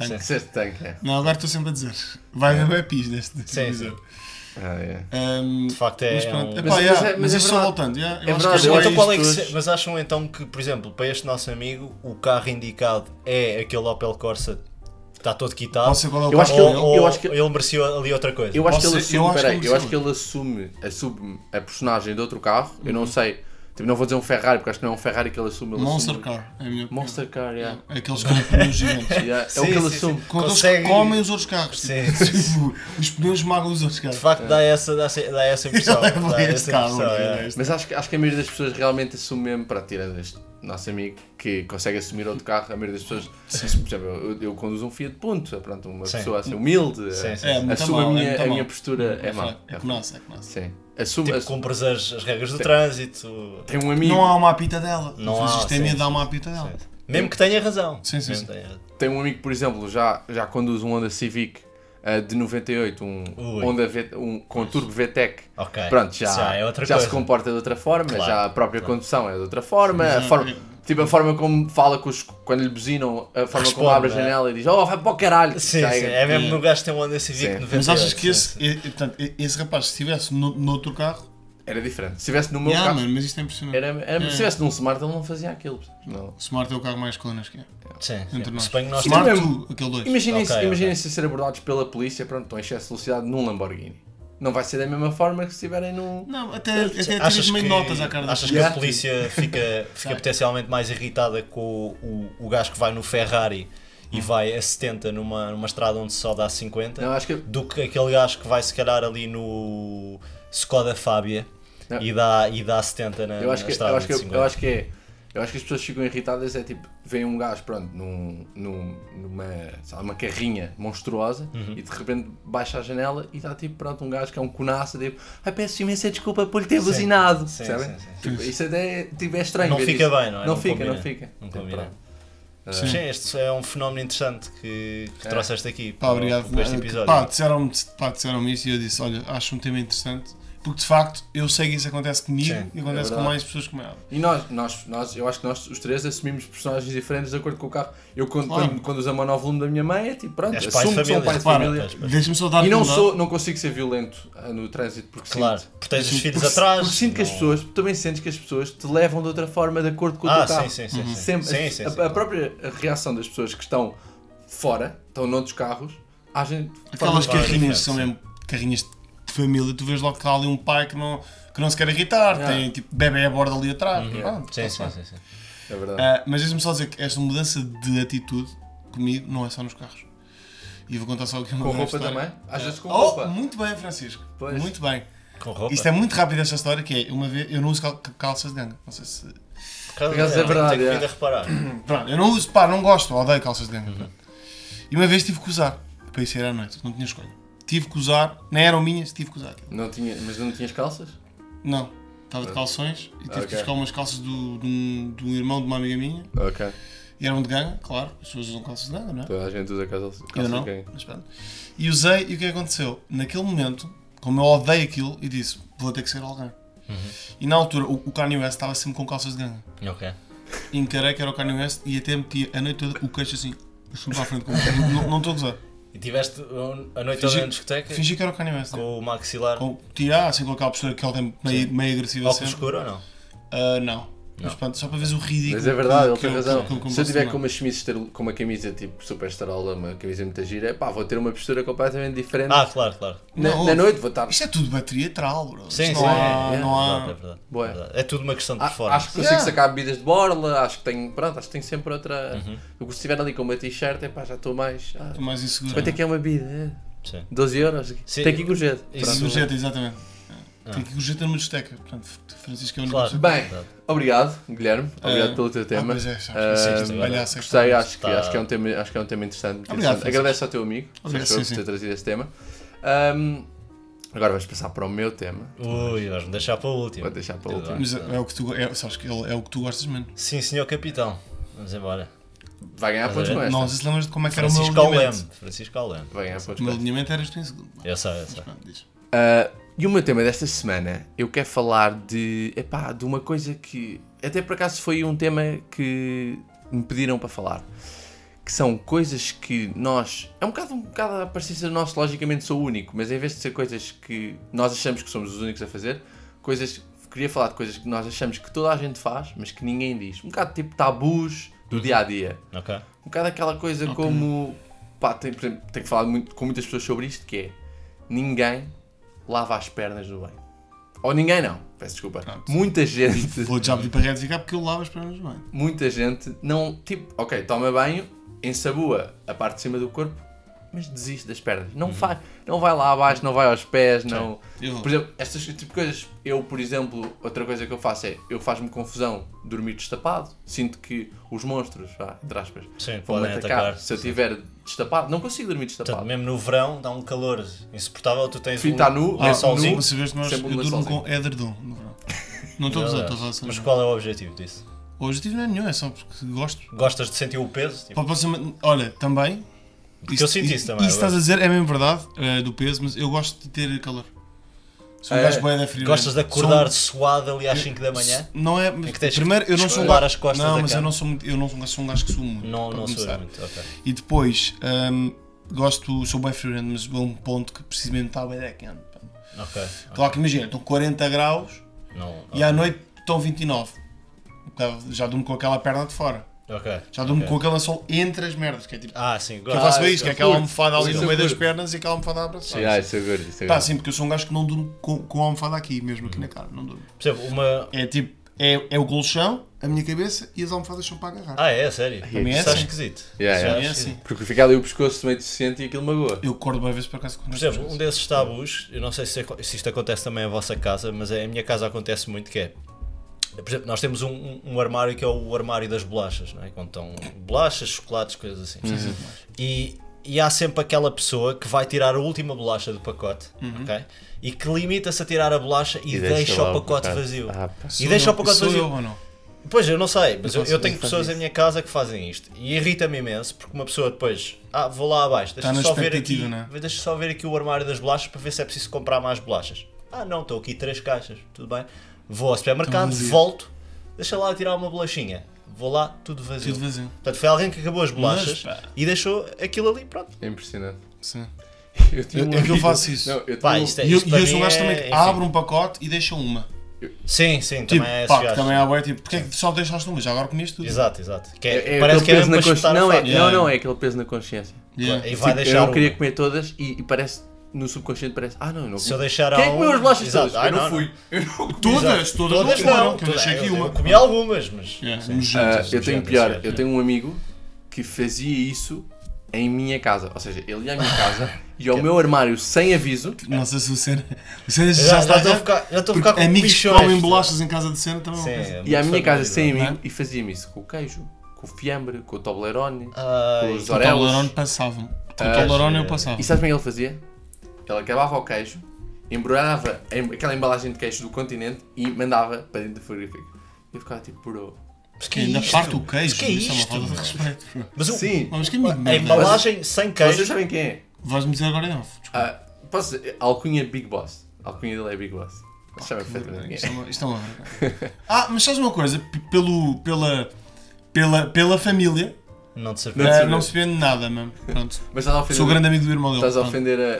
[SPEAKER 3] Sim.
[SPEAKER 2] Disseste tanque, é.
[SPEAKER 1] Não, agora estou sempre a dizer. Vai haver yeah. pis neste deste
[SPEAKER 3] É. Sim,
[SPEAKER 1] episódio.
[SPEAKER 2] Ah, é.
[SPEAKER 1] Ahm,
[SPEAKER 3] De facto é
[SPEAKER 1] mas pronto,
[SPEAKER 3] um...
[SPEAKER 1] epá,
[SPEAKER 2] Mas- mas
[SPEAKER 1] yeah,
[SPEAKER 2] é-
[SPEAKER 1] mas,
[SPEAKER 2] mas é
[SPEAKER 1] isto só
[SPEAKER 2] verdade.
[SPEAKER 1] voltando. yeah, eu
[SPEAKER 2] É
[SPEAKER 1] acho que
[SPEAKER 2] verdade,
[SPEAKER 1] este
[SPEAKER 2] eu-
[SPEAKER 1] é
[SPEAKER 3] Então
[SPEAKER 2] isto
[SPEAKER 3] qual é que
[SPEAKER 2] hoje.
[SPEAKER 3] se- Mas acham então que, por exemplo, para este nosso amigo, o carro indicado é aquele Opel Corsa que está todo quitado?
[SPEAKER 1] Não sei qual é o
[SPEAKER 2] Eu acho
[SPEAKER 1] carro
[SPEAKER 2] que
[SPEAKER 1] dele.
[SPEAKER 3] ou
[SPEAKER 2] eu acho que-
[SPEAKER 3] ele merecia ali outra coisa?
[SPEAKER 2] Eu acho que
[SPEAKER 1] Ou
[SPEAKER 2] ele
[SPEAKER 1] se- eu
[SPEAKER 2] assume,
[SPEAKER 1] acho que
[SPEAKER 2] peraí,
[SPEAKER 1] ele
[SPEAKER 2] eu acho que
[SPEAKER 1] assume.
[SPEAKER 2] ele assume, assume a personagem de outro carro. Eu não sei, tipo, não vou dizer um Ferrari, porque acho que não é um Ferrari que ele assume. Ele
[SPEAKER 1] Monster
[SPEAKER 2] assume...
[SPEAKER 1] Car, é a minha opinião.
[SPEAKER 2] Monster Car, yeah.
[SPEAKER 1] Aqueles com pneus
[SPEAKER 3] *laughs*
[SPEAKER 1] gigantes.
[SPEAKER 2] Yeah, é
[SPEAKER 3] Sim,
[SPEAKER 2] o que ele
[SPEAKER 3] sim,
[SPEAKER 2] assume.
[SPEAKER 1] Com aqueles que
[SPEAKER 3] Consegue-
[SPEAKER 1] comem os outros carros.
[SPEAKER 3] Sim,
[SPEAKER 1] tipo, *laughs* tipo, os pneus magam os outros *laughs*
[SPEAKER 3] De
[SPEAKER 1] carros.
[SPEAKER 3] facto dá essa, dá essa, dá essa impressão.
[SPEAKER 1] *laughs* Ele leva
[SPEAKER 3] dá
[SPEAKER 1] este
[SPEAKER 3] essa
[SPEAKER 1] carro.
[SPEAKER 3] impressão,
[SPEAKER 1] olha,
[SPEAKER 3] é.
[SPEAKER 1] este.
[SPEAKER 2] Mas acho, que- acho que a maioria das pessoas realmente assume mesmo, para tirar deste nosso amigo que consegue assumir outro carro, a maioria das pessoas, por exemplo, eu, eu conduzo um Fiat Punto, é, pronto, uma
[SPEAKER 3] Sim.
[SPEAKER 2] pessoa assim, humilde,
[SPEAKER 3] Sim, sim.
[SPEAKER 1] É, muito
[SPEAKER 2] assume
[SPEAKER 1] mal,
[SPEAKER 2] a,
[SPEAKER 1] é
[SPEAKER 2] minha,
[SPEAKER 1] muito
[SPEAKER 2] a
[SPEAKER 1] mal.
[SPEAKER 2] minha postura, é má.
[SPEAKER 1] fraco, É que nossa, é que nossa.
[SPEAKER 2] Sim. Assume,
[SPEAKER 1] é-
[SPEAKER 3] Tipo,
[SPEAKER 2] assume-
[SPEAKER 3] cumpres as, as regras do trânsito.
[SPEAKER 2] tem um amigo,
[SPEAKER 1] Não há uma apita dela.
[SPEAKER 3] Não
[SPEAKER 1] Às vezes
[SPEAKER 3] há,
[SPEAKER 1] isto tem
[SPEAKER 3] sim,
[SPEAKER 1] medo de dar
[SPEAKER 3] sim,
[SPEAKER 1] uma apita dela.
[SPEAKER 3] Mesmo que tenha razão.
[SPEAKER 1] Sim, sim,
[SPEAKER 3] Mesmo
[SPEAKER 1] sim.
[SPEAKER 3] que tenha-
[SPEAKER 2] Tem um amigo, por exemplo, já, já conduz um Honda Civic eh, de 98, um
[SPEAKER 3] Ui.
[SPEAKER 2] Honda v, um, com turbo VTEC.
[SPEAKER 3] Ok.
[SPEAKER 2] Pronto, já,
[SPEAKER 3] Já é outra
[SPEAKER 2] já se
[SPEAKER 3] coisa.
[SPEAKER 2] comporta de outra forma,
[SPEAKER 3] Claro, Uhum.
[SPEAKER 2] já a própria condução é de outra forma, a
[SPEAKER 1] Sim.
[SPEAKER 2] forma- tipo a forma como fala com os, quando lhe buzinam, a forma como
[SPEAKER 3] Responde,
[SPEAKER 2] abre a
[SPEAKER 3] é.
[SPEAKER 2] janela e diz oh, vai para o caralho.
[SPEAKER 3] Sim,
[SPEAKER 2] Já
[SPEAKER 3] sim. É mesmo no gajo que tem um Honda Civic
[SPEAKER 2] Sim.
[SPEAKER 3] 98.
[SPEAKER 1] Mas achas que
[SPEAKER 3] sim,
[SPEAKER 1] esse,
[SPEAKER 3] sim.
[SPEAKER 1] e- e, portanto, e- esse rapaz, se estivesse no, noutro carro,
[SPEAKER 2] Era diferente. Se estivesse no meu
[SPEAKER 1] yeah,
[SPEAKER 2] carro,
[SPEAKER 1] mano, mas isto é impressionante.
[SPEAKER 2] era, era- se estivesse num Smart ele não fazia aquilo. percebes? Não.
[SPEAKER 1] O Smart é o carro mais clonas que é.
[SPEAKER 3] Sim, sim.
[SPEAKER 1] Entre nós.
[SPEAKER 3] Suponho que nós
[SPEAKER 1] Smart,
[SPEAKER 2] temos mesmo-
[SPEAKER 1] tu, aquele dois.
[SPEAKER 2] Imaginem
[SPEAKER 3] Ok,
[SPEAKER 2] imaginem
[SPEAKER 3] ok.
[SPEAKER 2] se ser abordados pela polícia, pronto, estão em excesso de velocidade num Lamborghini. Não vai ser da mesma forma que se estiverem num...
[SPEAKER 1] Não, até, até
[SPEAKER 3] Achas
[SPEAKER 1] tive meio
[SPEAKER 3] que-
[SPEAKER 1] notas à cara da
[SPEAKER 3] Achas que
[SPEAKER 1] pessoa. *laughs*
[SPEAKER 3] a polícia fica, fica potencialmente mais irritada com o, o, o gajo que vai no Ferrari
[SPEAKER 1] Hum.
[SPEAKER 3] e vai a 70 numa, numa estrada onde só dá 50
[SPEAKER 2] Não, acho que
[SPEAKER 3] do que aquele gajo que vai se calhar ali no Skoda Fábia
[SPEAKER 2] Não.
[SPEAKER 3] e dá, e dá 70 na,
[SPEAKER 2] É, Eu acho
[SPEAKER 3] na
[SPEAKER 2] que,
[SPEAKER 3] estrada
[SPEAKER 2] eu acho que,
[SPEAKER 3] de
[SPEAKER 2] eu
[SPEAKER 3] 50.
[SPEAKER 2] acho que é. Eu acho que as pessoas ficam irritadas é tipo, vem um gajo, pronto, num, num- numa, sei lá, uma carrinha monstruosa
[SPEAKER 3] Uhum.
[SPEAKER 2] e de repente baixa a janela e está tipo, pronto, um gajo que é um conaça, tipo, ai peço imensa desculpa por lhe ter buzinado,
[SPEAKER 3] Sim,
[SPEAKER 2] percebem?
[SPEAKER 3] sim, sim.
[SPEAKER 2] Tipo, isso até é, tipo, é estranho
[SPEAKER 3] Não
[SPEAKER 2] ver
[SPEAKER 3] fica
[SPEAKER 2] isso.
[SPEAKER 3] bem, não é?
[SPEAKER 2] Não,
[SPEAKER 3] Não
[SPEAKER 2] fica, não
[SPEAKER 3] combina.
[SPEAKER 2] fica.
[SPEAKER 3] Não
[SPEAKER 2] Tipo,
[SPEAKER 3] combina.
[SPEAKER 2] pronto.
[SPEAKER 1] Sim. É.
[SPEAKER 3] Sim, este é um fenómeno interessante que, que trouxeste aqui
[SPEAKER 1] Pá,
[SPEAKER 3] para-
[SPEAKER 1] obrigado.
[SPEAKER 3] para este
[SPEAKER 1] Ah,
[SPEAKER 3] episódio.
[SPEAKER 1] Pá, disseram-me pá, disseram-me isso e eu disse, olha, acho um tema interessante. Porque de facto, eu sei que isso acontece comigo
[SPEAKER 3] Sim,
[SPEAKER 1] e acontece
[SPEAKER 2] é
[SPEAKER 1] com
[SPEAKER 2] verdade.
[SPEAKER 1] mais pessoas como ela.
[SPEAKER 2] E nós, nós, nós, eu acho que nós os três assumimos personagens diferentes de acordo com o carro. Eu quando,
[SPEAKER 1] Claro.
[SPEAKER 2] quando conduzo a monóvolume da minha mãe é tipo, pronto,
[SPEAKER 3] És pai de
[SPEAKER 2] assumo que sou um
[SPEAKER 3] família.
[SPEAKER 2] pai de
[SPEAKER 3] Repara,
[SPEAKER 2] família.
[SPEAKER 3] és
[SPEAKER 1] Deixa-me só dar
[SPEAKER 2] E
[SPEAKER 1] um
[SPEAKER 2] não,
[SPEAKER 1] dado.
[SPEAKER 2] sou, não consigo ser violento ah, no trânsito porque
[SPEAKER 3] Claro,
[SPEAKER 2] sinto.
[SPEAKER 3] proteges os filhos
[SPEAKER 2] porque-
[SPEAKER 3] atrás.
[SPEAKER 2] Porque sinto que as
[SPEAKER 3] Ah, não-
[SPEAKER 2] pessoas, tu também sentes que as pessoas te levam de outra forma de acordo com o
[SPEAKER 3] Ah,
[SPEAKER 2] teu carro.
[SPEAKER 3] sim, sim,
[SPEAKER 1] Uhum.
[SPEAKER 3] sim, sim.
[SPEAKER 2] Sempre,
[SPEAKER 3] Sim,
[SPEAKER 2] as-
[SPEAKER 3] sim,
[SPEAKER 2] a,
[SPEAKER 3] sim.
[SPEAKER 2] a própria reação das pessoas que estão fora, estão noutros carros, agem de forma
[SPEAKER 1] Aquelas
[SPEAKER 3] Fala-
[SPEAKER 1] carrinhas que
[SPEAKER 3] Sim.
[SPEAKER 1] são mesmo carrinhas de família, tu vês logo que há ali um pai que não, que não se quer irritar,
[SPEAKER 2] Yeah.
[SPEAKER 1] tem tipo bebê a borda ali atrás. Pronto,
[SPEAKER 3] Uhum. Sim,
[SPEAKER 1] está-se
[SPEAKER 3] sim,
[SPEAKER 1] bem.
[SPEAKER 3] sim, sim.
[SPEAKER 2] É verdade.
[SPEAKER 1] Ah, mas deixa-me só dizer que esta mudança de atitude comigo não é só nos carros. E vou contar só aqui uma
[SPEAKER 2] com
[SPEAKER 1] breve
[SPEAKER 2] roupa
[SPEAKER 1] história.
[SPEAKER 2] também? Às vezes com
[SPEAKER 1] Oh,
[SPEAKER 2] roupa.
[SPEAKER 1] muito bem, Francisco.
[SPEAKER 2] Pois.
[SPEAKER 1] Muito bem.
[SPEAKER 3] Com roupa.
[SPEAKER 1] Isto é muito rápido esta história que é, uma vez, eu não uso cal- calças de ganga. Não sei se...
[SPEAKER 3] Por um
[SPEAKER 2] acaso é
[SPEAKER 3] tenho-
[SPEAKER 2] verdade,
[SPEAKER 3] tenho
[SPEAKER 2] é.
[SPEAKER 3] vindo a reparar.
[SPEAKER 1] Pronto, eu não uso, pá, não gosto, odeio calças de
[SPEAKER 2] Uhum.
[SPEAKER 1] ganga. pronto. E uma vez tive que usar, para isso era à noite, não tinha escolha. Tive que usar, nem eram minhas, tive que usar.
[SPEAKER 2] Não tinha, mas não tinhas calças?
[SPEAKER 1] Não, estava de calções e tive que
[SPEAKER 2] Ah. Ok.
[SPEAKER 1] buscar umas calças do, de, um, de um irmão de uma amiga minha.
[SPEAKER 2] Ok.
[SPEAKER 1] E eram de ganga, claro, as pessoas usam calças de ganga, não é?
[SPEAKER 2] Toda a gente usa calças.
[SPEAKER 1] Eu
[SPEAKER 2] Então, calças
[SPEAKER 1] não,
[SPEAKER 2] de quem?
[SPEAKER 1] mas pronto. E usei, e o que é que aconteceu? Naquele momento, como eu odeio aquilo, e disse, vou ter que ser alguém.
[SPEAKER 2] Uhum.
[SPEAKER 1] E na altura, o, o Kanye West estava sempre com calças de ganga.
[SPEAKER 3] Ok.
[SPEAKER 1] E encarei que era o Kanye West e até meti a noite toda o queixo assim, assim para a frente, como, não não estou a gozar.
[SPEAKER 3] E tiveste um- a
[SPEAKER 1] Fingi-
[SPEAKER 3] noite toda na discoteca
[SPEAKER 1] Fingi que era o Kanye West.
[SPEAKER 3] com o maxilar
[SPEAKER 1] Com, tirar, assim, com aquela postura que ele tem meio, meio agressiva
[SPEAKER 3] óculos
[SPEAKER 1] sempre.
[SPEAKER 3] escuro ou não?
[SPEAKER 1] Ah, não. Mas pronto, só para veres o ridículo.
[SPEAKER 2] Mas é verdade,
[SPEAKER 1] que-
[SPEAKER 2] ele
[SPEAKER 1] que
[SPEAKER 2] tem
[SPEAKER 1] eu-
[SPEAKER 2] razão.
[SPEAKER 1] que eu- que eu
[SPEAKER 2] Se eu tiver
[SPEAKER 1] posso
[SPEAKER 2] com uma camisa, com uma camisa tipo super estarola, uma camisa muito gira, pá, vou ter uma postura completamente
[SPEAKER 1] É
[SPEAKER 2] diferente.
[SPEAKER 3] Ah, claro, claro.
[SPEAKER 1] não,
[SPEAKER 2] na, na
[SPEAKER 1] ouve.
[SPEAKER 2] noite vou estar.
[SPEAKER 1] Isto é tudo bateria tral, bro.
[SPEAKER 3] Sim,
[SPEAKER 1] Isto
[SPEAKER 3] sim,
[SPEAKER 1] não há,
[SPEAKER 2] é, é,
[SPEAKER 1] não há...
[SPEAKER 3] É verdade, é
[SPEAKER 2] Boa.
[SPEAKER 3] verdade. É tudo uma questão de
[SPEAKER 2] Ah,
[SPEAKER 3] performance.
[SPEAKER 2] acho que consigo
[SPEAKER 1] Yeah.
[SPEAKER 2] sacar bebidas de borla, acho que tenho, pronto, acho que tenho sempre outra. Eu se estiver ali com uma t-shirt, é pá, já estou mais. Ah,
[SPEAKER 1] Estou mais inseguro.
[SPEAKER 2] quanto é que é uma bebida? É,
[SPEAKER 3] Sim.
[SPEAKER 2] 12 euros?
[SPEAKER 3] Sim.
[SPEAKER 2] Tem que ir com o jeito.
[SPEAKER 3] Isso- Ah.
[SPEAKER 2] Pronto.
[SPEAKER 1] Gorjeta, exatamente. É. Tem que gorjeta numa discoteca. Portanto, Francisco é o único.
[SPEAKER 3] Claro.
[SPEAKER 2] Bem,
[SPEAKER 3] Verdade.
[SPEAKER 2] obrigado, Guilherme. Obrigado
[SPEAKER 1] Ah,
[SPEAKER 2] pelo teu tema.
[SPEAKER 1] Ah, pois é, sabes,
[SPEAKER 2] Ah,
[SPEAKER 1] sim,
[SPEAKER 3] sim,
[SPEAKER 1] olha,
[SPEAKER 3] sim.
[SPEAKER 1] sei que
[SPEAKER 2] Gostei,
[SPEAKER 1] está-
[SPEAKER 2] acho que,
[SPEAKER 3] Está-
[SPEAKER 2] acho, que é um tema, acho que é um tema interessante.
[SPEAKER 1] Obrigado,
[SPEAKER 2] interessante. Agradeço ao teu amigo
[SPEAKER 1] Obrigado,
[SPEAKER 2] Sérgio,
[SPEAKER 1] sim,
[SPEAKER 2] por ter
[SPEAKER 1] sim.
[SPEAKER 2] trazido este tema. Ahm, Agora vais passar para o meu tema.
[SPEAKER 3] Ui, vais-me deixar para o último.
[SPEAKER 2] Vou deixar para o
[SPEAKER 3] Tudo
[SPEAKER 2] último.
[SPEAKER 3] bem.
[SPEAKER 1] Mas é, é o que tu, é, sabes que ele é o que tu gostas mesmo.
[SPEAKER 3] Sim, senhor capitão. Vamos embora.
[SPEAKER 2] Vai ganhar
[SPEAKER 3] Mas
[SPEAKER 2] pontos
[SPEAKER 3] é-
[SPEAKER 2] com
[SPEAKER 1] Não
[SPEAKER 2] esta.
[SPEAKER 1] sei se lembras de como é que era o meu
[SPEAKER 3] Francisco Alem.
[SPEAKER 1] alinhamento.
[SPEAKER 3] Francisco Alem.
[SPEAKER 2] Vai ganhar pontos
[SPEAKER 1] O
[SPEAKER 2] com
[SPEAKER 1] meu
[SPEAKER 2] esta.
[SPEAKER 1] alinhamento eras tu em segundo.
[SPEAKER 3] Eu sei, eu sei.
[SPEAKER 1] Pronto, diz.
[SPEAKER 2] Ah, e o meu tema desta semana, eu quero falar de, epá, de uma coisa que até por acaso foi um tema que me pediram para falar. Que são coisas que nós. É um bocado, um bocado a parecer nós, logicamente sou o único, mas em vez de ser coisas que nós achamos que somos os únicos a fazer, coisas. Queria falar de coisas que nós achamos que toda a gente faz, mas que ninguém diz. Um bocado tipo tabus do dia a dia
[SPEAKER 3] Ok.
[SPEAKER 2] um bocado aquela coisa como. Pá, tem, por exemplo, tenho falado muito, com muitas pessoas sobre isto, que é ninguém lava as pernas do bem. Ou ninguém não, peço desculpa.
[SPEAKER 1] Pronto.
[SPEAKER 2] Muita gente,
[SPEAKER 1] Vou-te já pedir para retificar porque eu lavo as pernas bem.
[SPEAKER 2] muita gente não, tipo, ok, toma banho, ensabua a parte de cima do corpo, mas desiste das pernas.
[SPEAKER 3] Uhum.
[SPEAKER 2] Não, faz, não vai lá abaixo, não vai aos pés, não.
[SPEAKER 1] Eu vou.
[SPEAKER 2] Por exemplo, estas tipo de coisas, eu, por exemplo, outra coisa que eu faço é, eu faz-me confusão dormir destapado, sinto que os monstros, vá, entre aspas,
[SPEAKER 3] Sim,
[SPEAKER 2] vão
[SPEAKER 3] podem
[SPEAKER 2] atacar.
[SPEAKER 3] atacar.
[SPEAKER 2] Se eu tiver destapado, não consigo dormir
[SPEAKER 3] Portanto,
[SPEAKER 2] destapado.
[SPEAKER 3] mesmo no verão dá um calor insuportável. Tu tens
[SPEAKER 2] Fim tá nu,
[SPEAKER 3] um lençolzinho.
[SPEAKER 1] Ah,
[SPEAKER 2] sozinho?
[SPEAKER 1] Não, sabes que nós, eu
[SPEAKER 2] Sempre um
[SPEAKER 1] durmo
[SPEAKER 2] lençolzinho.
[SPEAKER 1] com edredom no verão. Não estou a usar, estou a falar
[SPEAKER 3] Mas
[SPEAKER 1] sério.
[SPEAKER 3] qual é o objetivo disso?
[SPEAKER 1] O objetivo não é nenhum, é só porque gosto.
[SPEAKER 3] Gostas de sentir o peso? Tipo,
[SPEAKER 1] Para a próxima- olha, também.
[SPEAKER 3] eu sinto isso também,
[SPEAKER 1] Isso
[SPEAKER 3] agora.
[SPEAKER 1] estás a dizer é mesmo verdade, eh, do peso, mas eu gosto de ter calor. Sou um
[SPEAKER 2] É,
[SPEAKER 1] gajo bem da frio.
[SPEAKER 3] gostas de
[SPEAKER 1] mesmo.
[SPEAKER 3] acordar
[SPEAKER 1] Sou
[SPEAKER 3] suado ali às 5 da
[SPEAKER 1] um-
[SPEAKER 3] manhã?
[SPEAKER 1] Não é.
[SPEAKER 3] É que tens
[SPEAKER 1] primeiro,
[SPEAKER 3] que
[SPEAKER 1] eu não sou um
[SPEAKER 3] escovar
[SPEAKER 1] gajo.
[SPEAKER 3] as costas
[SPEAKER 1] não,
[SPEAKER 3] da
[SPEAKER 1] mas eu
[SPEAKER 3] cama.
[SPEAKER 1] não sou muito. Eu não sou um gajo, sou um gajo que sumo muito.
[SPEAKER 3] Não,
[SPEAKER 1] para
[SPEAKER 3] não sou
[SPEAKER 1] começar.
[SPEAKER 3] muito. Ok.
[SPEAKER 1] E depois, ehm, gosto, sou bem friorento, mas a um ponto que preciso mesmo estar bem da quente. pá.
[SPEAKER 3] Ok.
[SPEAKER 1] Claro que imagina, estão 40 graus
[SPEAKER 3] Não.
[SPEAKER 1] e à noite estão 29. Já durmo com aquela perna de fora.
[SPEAKER 3] Ok.
[SPEAKER 1] Já durmo
[SPEAKER 3] ok.
[SPEAKER 1] com aquela sol entre as merdas, que é tipo.
[SPEAKER 3] Ah, sim,
[SPEAKER 1] Que eu
[SPEAKER 3] gosto.
[SPEAKER 1] faço bem
[SPEAKER 2] isso
[SPEAKER 1] isto, que é
[SPEAKER 2] é
[SPEAKER 1] aquela
[SPEAKER 2] puro.
[SPEAKER 1] almofada ali
[SPEAKER 2] Isso
[SPEAKER 1] no
[SPEAKER 2] é
[SPEAKER 1] meio das
[SPEAKER 2] puro.
[SPEAKER 1] pernas e aquela almofada abraçada.
[SPEAKER 2] Ah, isso é gordo, isso é
[SPEAKER 1] Pá,
[SPEAKER 2] gordo.
[SPEAKER 1] sim, porque eu sou um gajo que não durmo com, com a almofada aqui, mesmo aqui na cara, não durmo.
[SPEAKER 3] Por exemplo, uma.
[SPEAKER 1] É tipo, é, é o colchão, a minha cabeça e as almofadas são para agarrar.
[SPEAKER 3] Ah, é, sério.
[SPEAKER 1] Também é
[SPEAKER 3] Isso é
[SPEAKER 1] assim.
[SPEAKER 3] esquisito.
[SPEAKER 2] Yeah, yeah.
[SPEAKER 3] Isso
[SPEAKER 1] É
[SPEAKER 3] esquisito.
[SPEAKER 1] assim.
[SPEAKER 2] Porque fica ali o pescoço meio deficiente e aquilo magoa.
[SPEAKER 1] Eu acordo bem vezes por acaso quando
[SPEAKER 3] Por exemplo, um desses tabus, eu não sei se, é- se isto acontece também à vossa casa, mas é- a minha casa acontece muito que é. Por exemplo, nós temos um- um, um armário que é o armário das bolachas, não é? Quando estão bolachas, chocolates, coisas assim. E, e há sempre aquela pessoa que vai tirar a última bolacha do pacote,
[SPEAKER 1] Uhum.
[SPEAKER 3] ok? E que limita-se a tirar a bolacha e, deixa,
[SPEAKER 2] lá
[SPEAKER 3] o pacote
[SPEAKER 2] bocado.
[SPEAKER 3] vazio.
[SPEAKER 2] Ah, pá.
[SPEAKER 1] Sou
[SPEAKER 3] e deixa
[SPEAKER 1] eu-
[SPEAKER 3] o pacote
[SPEAKER 1] sou
[SPEAKER 3] vazio.
[SPEAKER 1] eu ou não?
[SPEAKER 3] Pois, eu não sei, mas
[SPEAKER 1] Não faço
[SPEAKER 3] eu, eu tenho
[SPEAKER 1] ideia que
[SPEAKER 3] pessoas
[SPEAKER 1] faz
[SPEAKER 3] na minha casa que fazem isto e irrita-me imenso porque uma pessoa depois, ah, vou lá abaixo,
[SPEAKER 1] Está
[SPEAKER 3] deixa-me
[SPEAKER 1] Tá na
[SPEAKER 3] só, ver aqui,
[SPEAKER 1] expectativa, não é?"
[SPEAKER 3] deixa só ver aqui o armário das bolachas para ver se é preciso comprar mais bolachas. Ah, não, estou aqui três caixas, tudo bem. Vou ao supermercado,
[SPEAKER 1] Tudo vazio.
[SPEAKER 3] volto, deixa lá tirar uma bolachinha. Vou lá, tudo vazio.
[SPEAKER 1] Tudo vazio.
[SPEAKER 3] Portanto, foi alguém que acabou as bolachas
[SPEAKER 1] Mas, pá.
[SPEAKER 3] e deixou aquilo ali, pronto.
[SPEAKER 2] É impressionante.
[SPEAKER 1] Sim.
[SPEAKER 2] Eu,
[SPEAKER 1] Eu- é eu
[SPEAKER 2] amigo-
[SPEAKER 1] faço isso.
[SPEAKER 2] Não, eu
[SPEAKER 3] Pá,
[SPEAKER 2] tenho-
[SPEAKER 3] isto é-
[SPEAKER 1] E eu,
[SPEAKER 3] isto para
[SPEAKER 1] e eu sou
[SPEAKER 3] mim
[SPEAKER 1] um gajo
[SPEAKER 3] é-
[SPEAKER 1] também que
[SPEAKER 3] enfim.
[SPEAKER 1] abre um pacote e deixa uma.
[SPEAKER 3] Sim, sim,
[SPEAKER 1] Tipo,
[SPEAKER 3] também é esse
[SPEAKER 1] pá, que
[SPEAKER 3] gajo.
[SPEAKER 1] também há bué, tipo, porque é que só deixaste uma? Já agora comias tudo.
[SPEAKER 3] Exato, exato. Que é-
[SPEAKER 2] é- é
[SPEAKER 3] parece
[SPEAKER 2] aquele
[SPEAKER 3] que é
[SPEAKER 2] peso
[SPEAKER 3] mesmo
[SPEAKER 2] na
[SPEAKER 3] para
[SPEAKER 2] consciência.
[SPEAKER 3] chutar
[SPEAKER 2] Não,
[SPEAKER 3] o
[SPEAKER 2] é,
[SPEAKER 3] fato.
[SPEAKER 1] Yeah.
[SPEAKER 2] não, não, é aquele peso na consciência.
[SPEAKER 1] Yeah.
[SPEAKER 3] E vai
[SPEAKER 2] Tipo,
[SPEAKER 3] deixar
[SPEAKER 2] eu não
[SPEAKER 3] uma.
[SPEAKER 2] queria comer todas e, e parece, no subconsciente parece, ah não, eu não
[SPEAKER 3] Se eu
[SPEAKER 2] comi.
[SPEAKER 3] deixar
[SPEAKER 2] Quem é
[SPEAKER 3] a
[SPEAKER 2] que comeu
[SPEAKER 3] uma-
[SPEAKER 2] as bolachas
[SPEAKER 3] Exato.
[SPEAKER 2] todas?
[SPEAKER 3] Ah,
[SPEAKER 2] eu não,
[SPEAKER 3] não,
[SPEAKER 2] fui. Eu não comi.
[SPEAKER 1] Todas, todas,
[SPEAKER 3] Todas não, É,
[SPEAKER 1] que eu deixei aqui
[SPEAKER 3] eu,
[SPEAKER 1] uma. É,
[SPEAKER 3] eu comi algumas, mas.
[SPEAKER 1] Yeah,
[SPEAKER 3] Sim.
[SPEAKER 1] nojento.
[SPEAKER 2] Ah, eu tenho
[SPEAKER 3] Nojento,
[SPEAKER 2] pior,
[SPEAKER 3] nojento.
[SPEAKER 2] eu tenho um amigo que fazia isso em minha casa. Ou seja, ele ia à
[SPEAKER 3] *laughs*
[SPEAKER 2] minha casa e
[SPEAKER 3] é
[SPEAKER 2] ao meu armário sem aviso.
[SPEAKER 1] Não sei se o Senna. *laughs* O Senna já,
[SPEAKER 3] Ah. Já
[SPEAKER 1] está
[SPEAKER 3] já estou
[SPEAKER 1] a
[SPEAKER 3] a ficar, já estou a
[SPEAKER 1] Porque
[SPEAKER 3] ficar com
[SPEAKER 1] amigos que
[SPEAKER 3] bichões.
[SPEAKER 1] comem bolachas em casa de cena também. é uma coisa.
[SPEAKER 3] Sim,
[SPEAKER 2] E à minha casa sem
[SPEAKER 1] não é?
[SPEAKER 2] amigo e fazia-me isso com o queijo, com o fiambre, com o Toblerone, com
[SPEAKER 3] Ai,
[SPEAKER 2] os
[SPEAKER 1] Com o Tolarone
[SPEAKER 2] Oreos.
[SPEAKER 1] passavam. Com o
[SPEAKER 2] Ah,
[SPEAKER 1] Tolarone eu
[SPEAKER 3] é.
[SPEAKER 1] passava.
[SPEAKER 2] E sabes bem o que ele fazia? Ele acabava o queijo, embrulhava em- aquela embalagem de queijo do continente e mandava para dentro do frigorífico. E eu ficava tipo, bro.
[SPEAKER 3] Mas
[SPEAKER 1] Que é ainda
[SPEAKER 3] isto?
[SPEAKER 1] parte o queijo.
[SPEAKER 3] Mas que é
[SPEAKER 1] isso é uma
[SPEAKER 3] isto?
[SPEAKER 1] falta de
[SPEAKER 3] *laughs*
[SPEAKER 1] respeito.
[SPEAKER 3] Mas o,
[SPEAKER 2] Sim,
[SPEAKER 1] Vamos que amigo de
[SPEAKER 3] a
[SPEAKER 1] merda.
[SPEAKER 3] embalagem sem
[SPEAKER 2] vocês
[SPEAKER 3] queijo.
[SPEAKER 2] sabem quem é?
[SPEAKER 1] Vais-me dizer agora não. Desculpa.
[SPEAKER 2] Ah, posso dizer, a alcunha Big Boss. A alcunha dele é Big Boss. Mas sabem perfeitamente quem é.
[SPEAKER 1] Isto é uma- Isto é uma vergonha. Ah, mas sabes uma coisa? P- Pelo, pela, pela, pela família,
[SPEAKER 3] Não te
[SPEAKER 1] eh,
[SPEAKER 3] surpreende.
[SPEAKER 2] Não.
[SPEAKER 1] não,
[SPEAKER 2] sabia.
[SPEAKER 1] se vende nada, mano. Pronto.
[SPEAKER 2] é. Mas estás a
[SPEAKER 1] Sou
[SPEAKER 2] ofender,
[SPEAKER 1] grande amigo do irmão dele.
[SPEAKER 2] estás a,
[SPEAKER 1] pronto.
[SPEAKER 2] ofender a,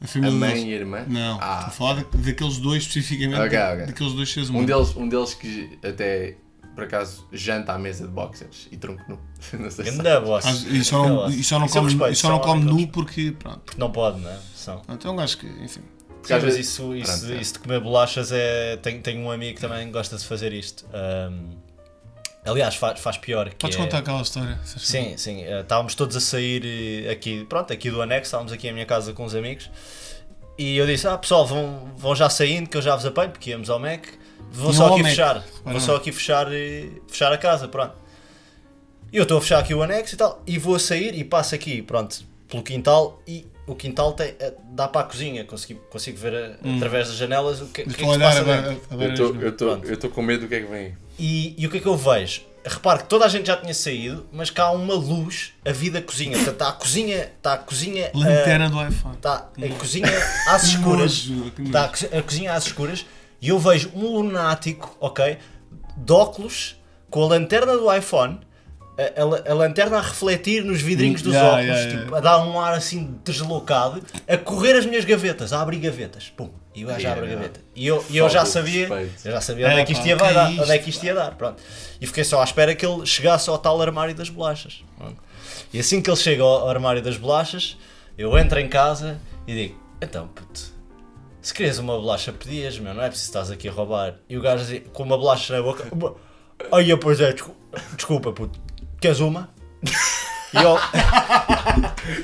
[SPEAKER 1] A
[SPEAKER 2] a
[SPEAKER 1] família
[SPEAKER 2] mãe
[SPEAKER 1] deles.
[SPEAKER 2] e a irmã?
[SPEAKER 1] Não,
[SPEAKER 2] Ah.
[SPEAKER 1] estou a falar da- daqueles dois especificamente.
[SPEAKER 2] Ok,
[SPEAKER 1] da-
[SPEAKER 2] ok.
[SPEAKER 1] Daqueles dois seres
[SPEAKER 2] Um
[SPEAKER 1] humanos.
[SPEAKER 2] deles, um deles que até, por acaso, janta à mesa de boxers e tronco nu. *laughs* Não sei se sabe.
[SPEAKER 3] Ganda boss.
[SPEAKER 1] Ah, e só não,
[SPEAKER 3] Ganda
[SPEAKER 1] e só não
[SPEAKER 3] boss. Isso eu
[SPEAKER 1] come,
[SPEAKER 3] respeito,
[SPEAKER 1] e só não
[SPEAKER 3] são
[SPEAKER 1] come
[SPEAKER 3] homens.
[SPEAKER 1] nu porque. Pronto.
[SPEAKER 3] Não pode, não é? São.
[SPEAKER 1] Pronto, é um gajo que. Enfim.
[SPEAKER 2] Porque às
[SPEAKER 3] Sim, mas
[SPEAKER 2] vezes-
[SPEAKER 3] isso, isso,
[SPEAKER 2] Pronto, é.
[SPEAKER 3] isso de comer bolachas é. Tenho, tenho um amigo que também gosta de fazer isto. Ahm, aliás, faz, faz pior. que
[SPEAKER 1] Podes
[SPEAKER 3] é-
[SPEAKER 1] contar aquela história? se achas?
[SPEAKER 3] Sim, sim. eh, Estávamos todos a sair eh, aqui, pronto, aqui do anexo, estávamos aqui em minha casa com os amigos. E eu disse, ah pessoal, vão, vão já saindo que eu já vos apanho, porque íamos ao Mac. Vão
[SPEAKER 1] Iam
[SPEAKER 3] só
[SPEAKER 1] um ao
[SPEAKER 3] aqui
[SPEAKER 1] Mac,
[SPEAKER 3] fechar.
[SPEAKER 1] repara
[SPEAKER 3] Vão
[SPEAKER 1] bem.
[SPEAKER 3] só aqui fechar, eh, fechar a casa, pronto. E eu estou a fechar aqui o anexo e tal, e vou a sair e passo aqui, pronto, pelo quintal e o quintal tem, eh, dá para a cozinha, consigo, consigo ver eh, através das janelas o que, o que é que
[SPEAKER 1] Estou a
[SPEAKER 3] se
[SPEAKER 1] Hum. olhar
[SPEAKER 3] passa
[SPEAKER 1] agora.
[SPEAKER 3] dentro.
[SPEAKER 1] agora
[SPEAKER 2] Eu tô-
[SPEAKER 1] não.
[SPEAKER 2] eu tô-
[SPEAKER 3] Pronto.
[SPEAKER 2] eu estou com medo do que é que vem.
[SPEAKER 3] E, e o que é que eu vejo? Repare que toda a gente já tinha saído, mas cá há uma luz a vir da cozinha. Portanto, está a cozinha, está a cozinha,
[SPEAKER 1] Lanterna do iPhone.
[SPEAKER 3] *laughs* está a cozinha às escuras,
[SPEAKER 1] nojo, que
[SPEAKER 3] está a co- a cozinha às escuras e eu vejo um lunático, ok, de óculos com a lanterna do iPhone. A, a la- a lanterna a refletir nos vidrinhos dos
[SPEAKER 1] Yeah,
[SPEAKER 3] óculos,
[SPEAKER 1] yeah, yeah.
[SPEAKER 3] tipo, a dar um ar assim deslocado, a correr as minhas gavetas, a abrir gavetas, pum, e o gajo
[SPEAKER 2] Yeah,
[SPEAKER 3] abre a
[SPEAKER 2] yeah.
[SPEAKER 3] gaveta. E eu, e eu já
[SPEAKER 2] Falta de
[SPEAKER 3] sabia,
[SPEAKER 2] respeito.
[SPEAKER 3] eu já sabia onde
[SPEAKER 1] É,
[SPEAKER 3] é que isto
[SPEAKER 1] pá,
[SPEAKER 3] ia
[SPEAKER 1] que é
[SPEAKER 3] dar,
[SPEAKER 1] isto,
[SPEAKER 3] onde é que isto ia dar, pronto. E fiquei só à espera que ele chegasse ao tal armário das bolachas. pronto. E assim que ele chega ao armário das bolachas, eu entro em casa e digo, então puto, se querias uma bolacha pedias, meu, não é preciso estás aqui a roubar. E o gajo assim, com uma bolacha na boca, "Uma- ai, pois é, descu- desculpa puto, queres uma? E eu,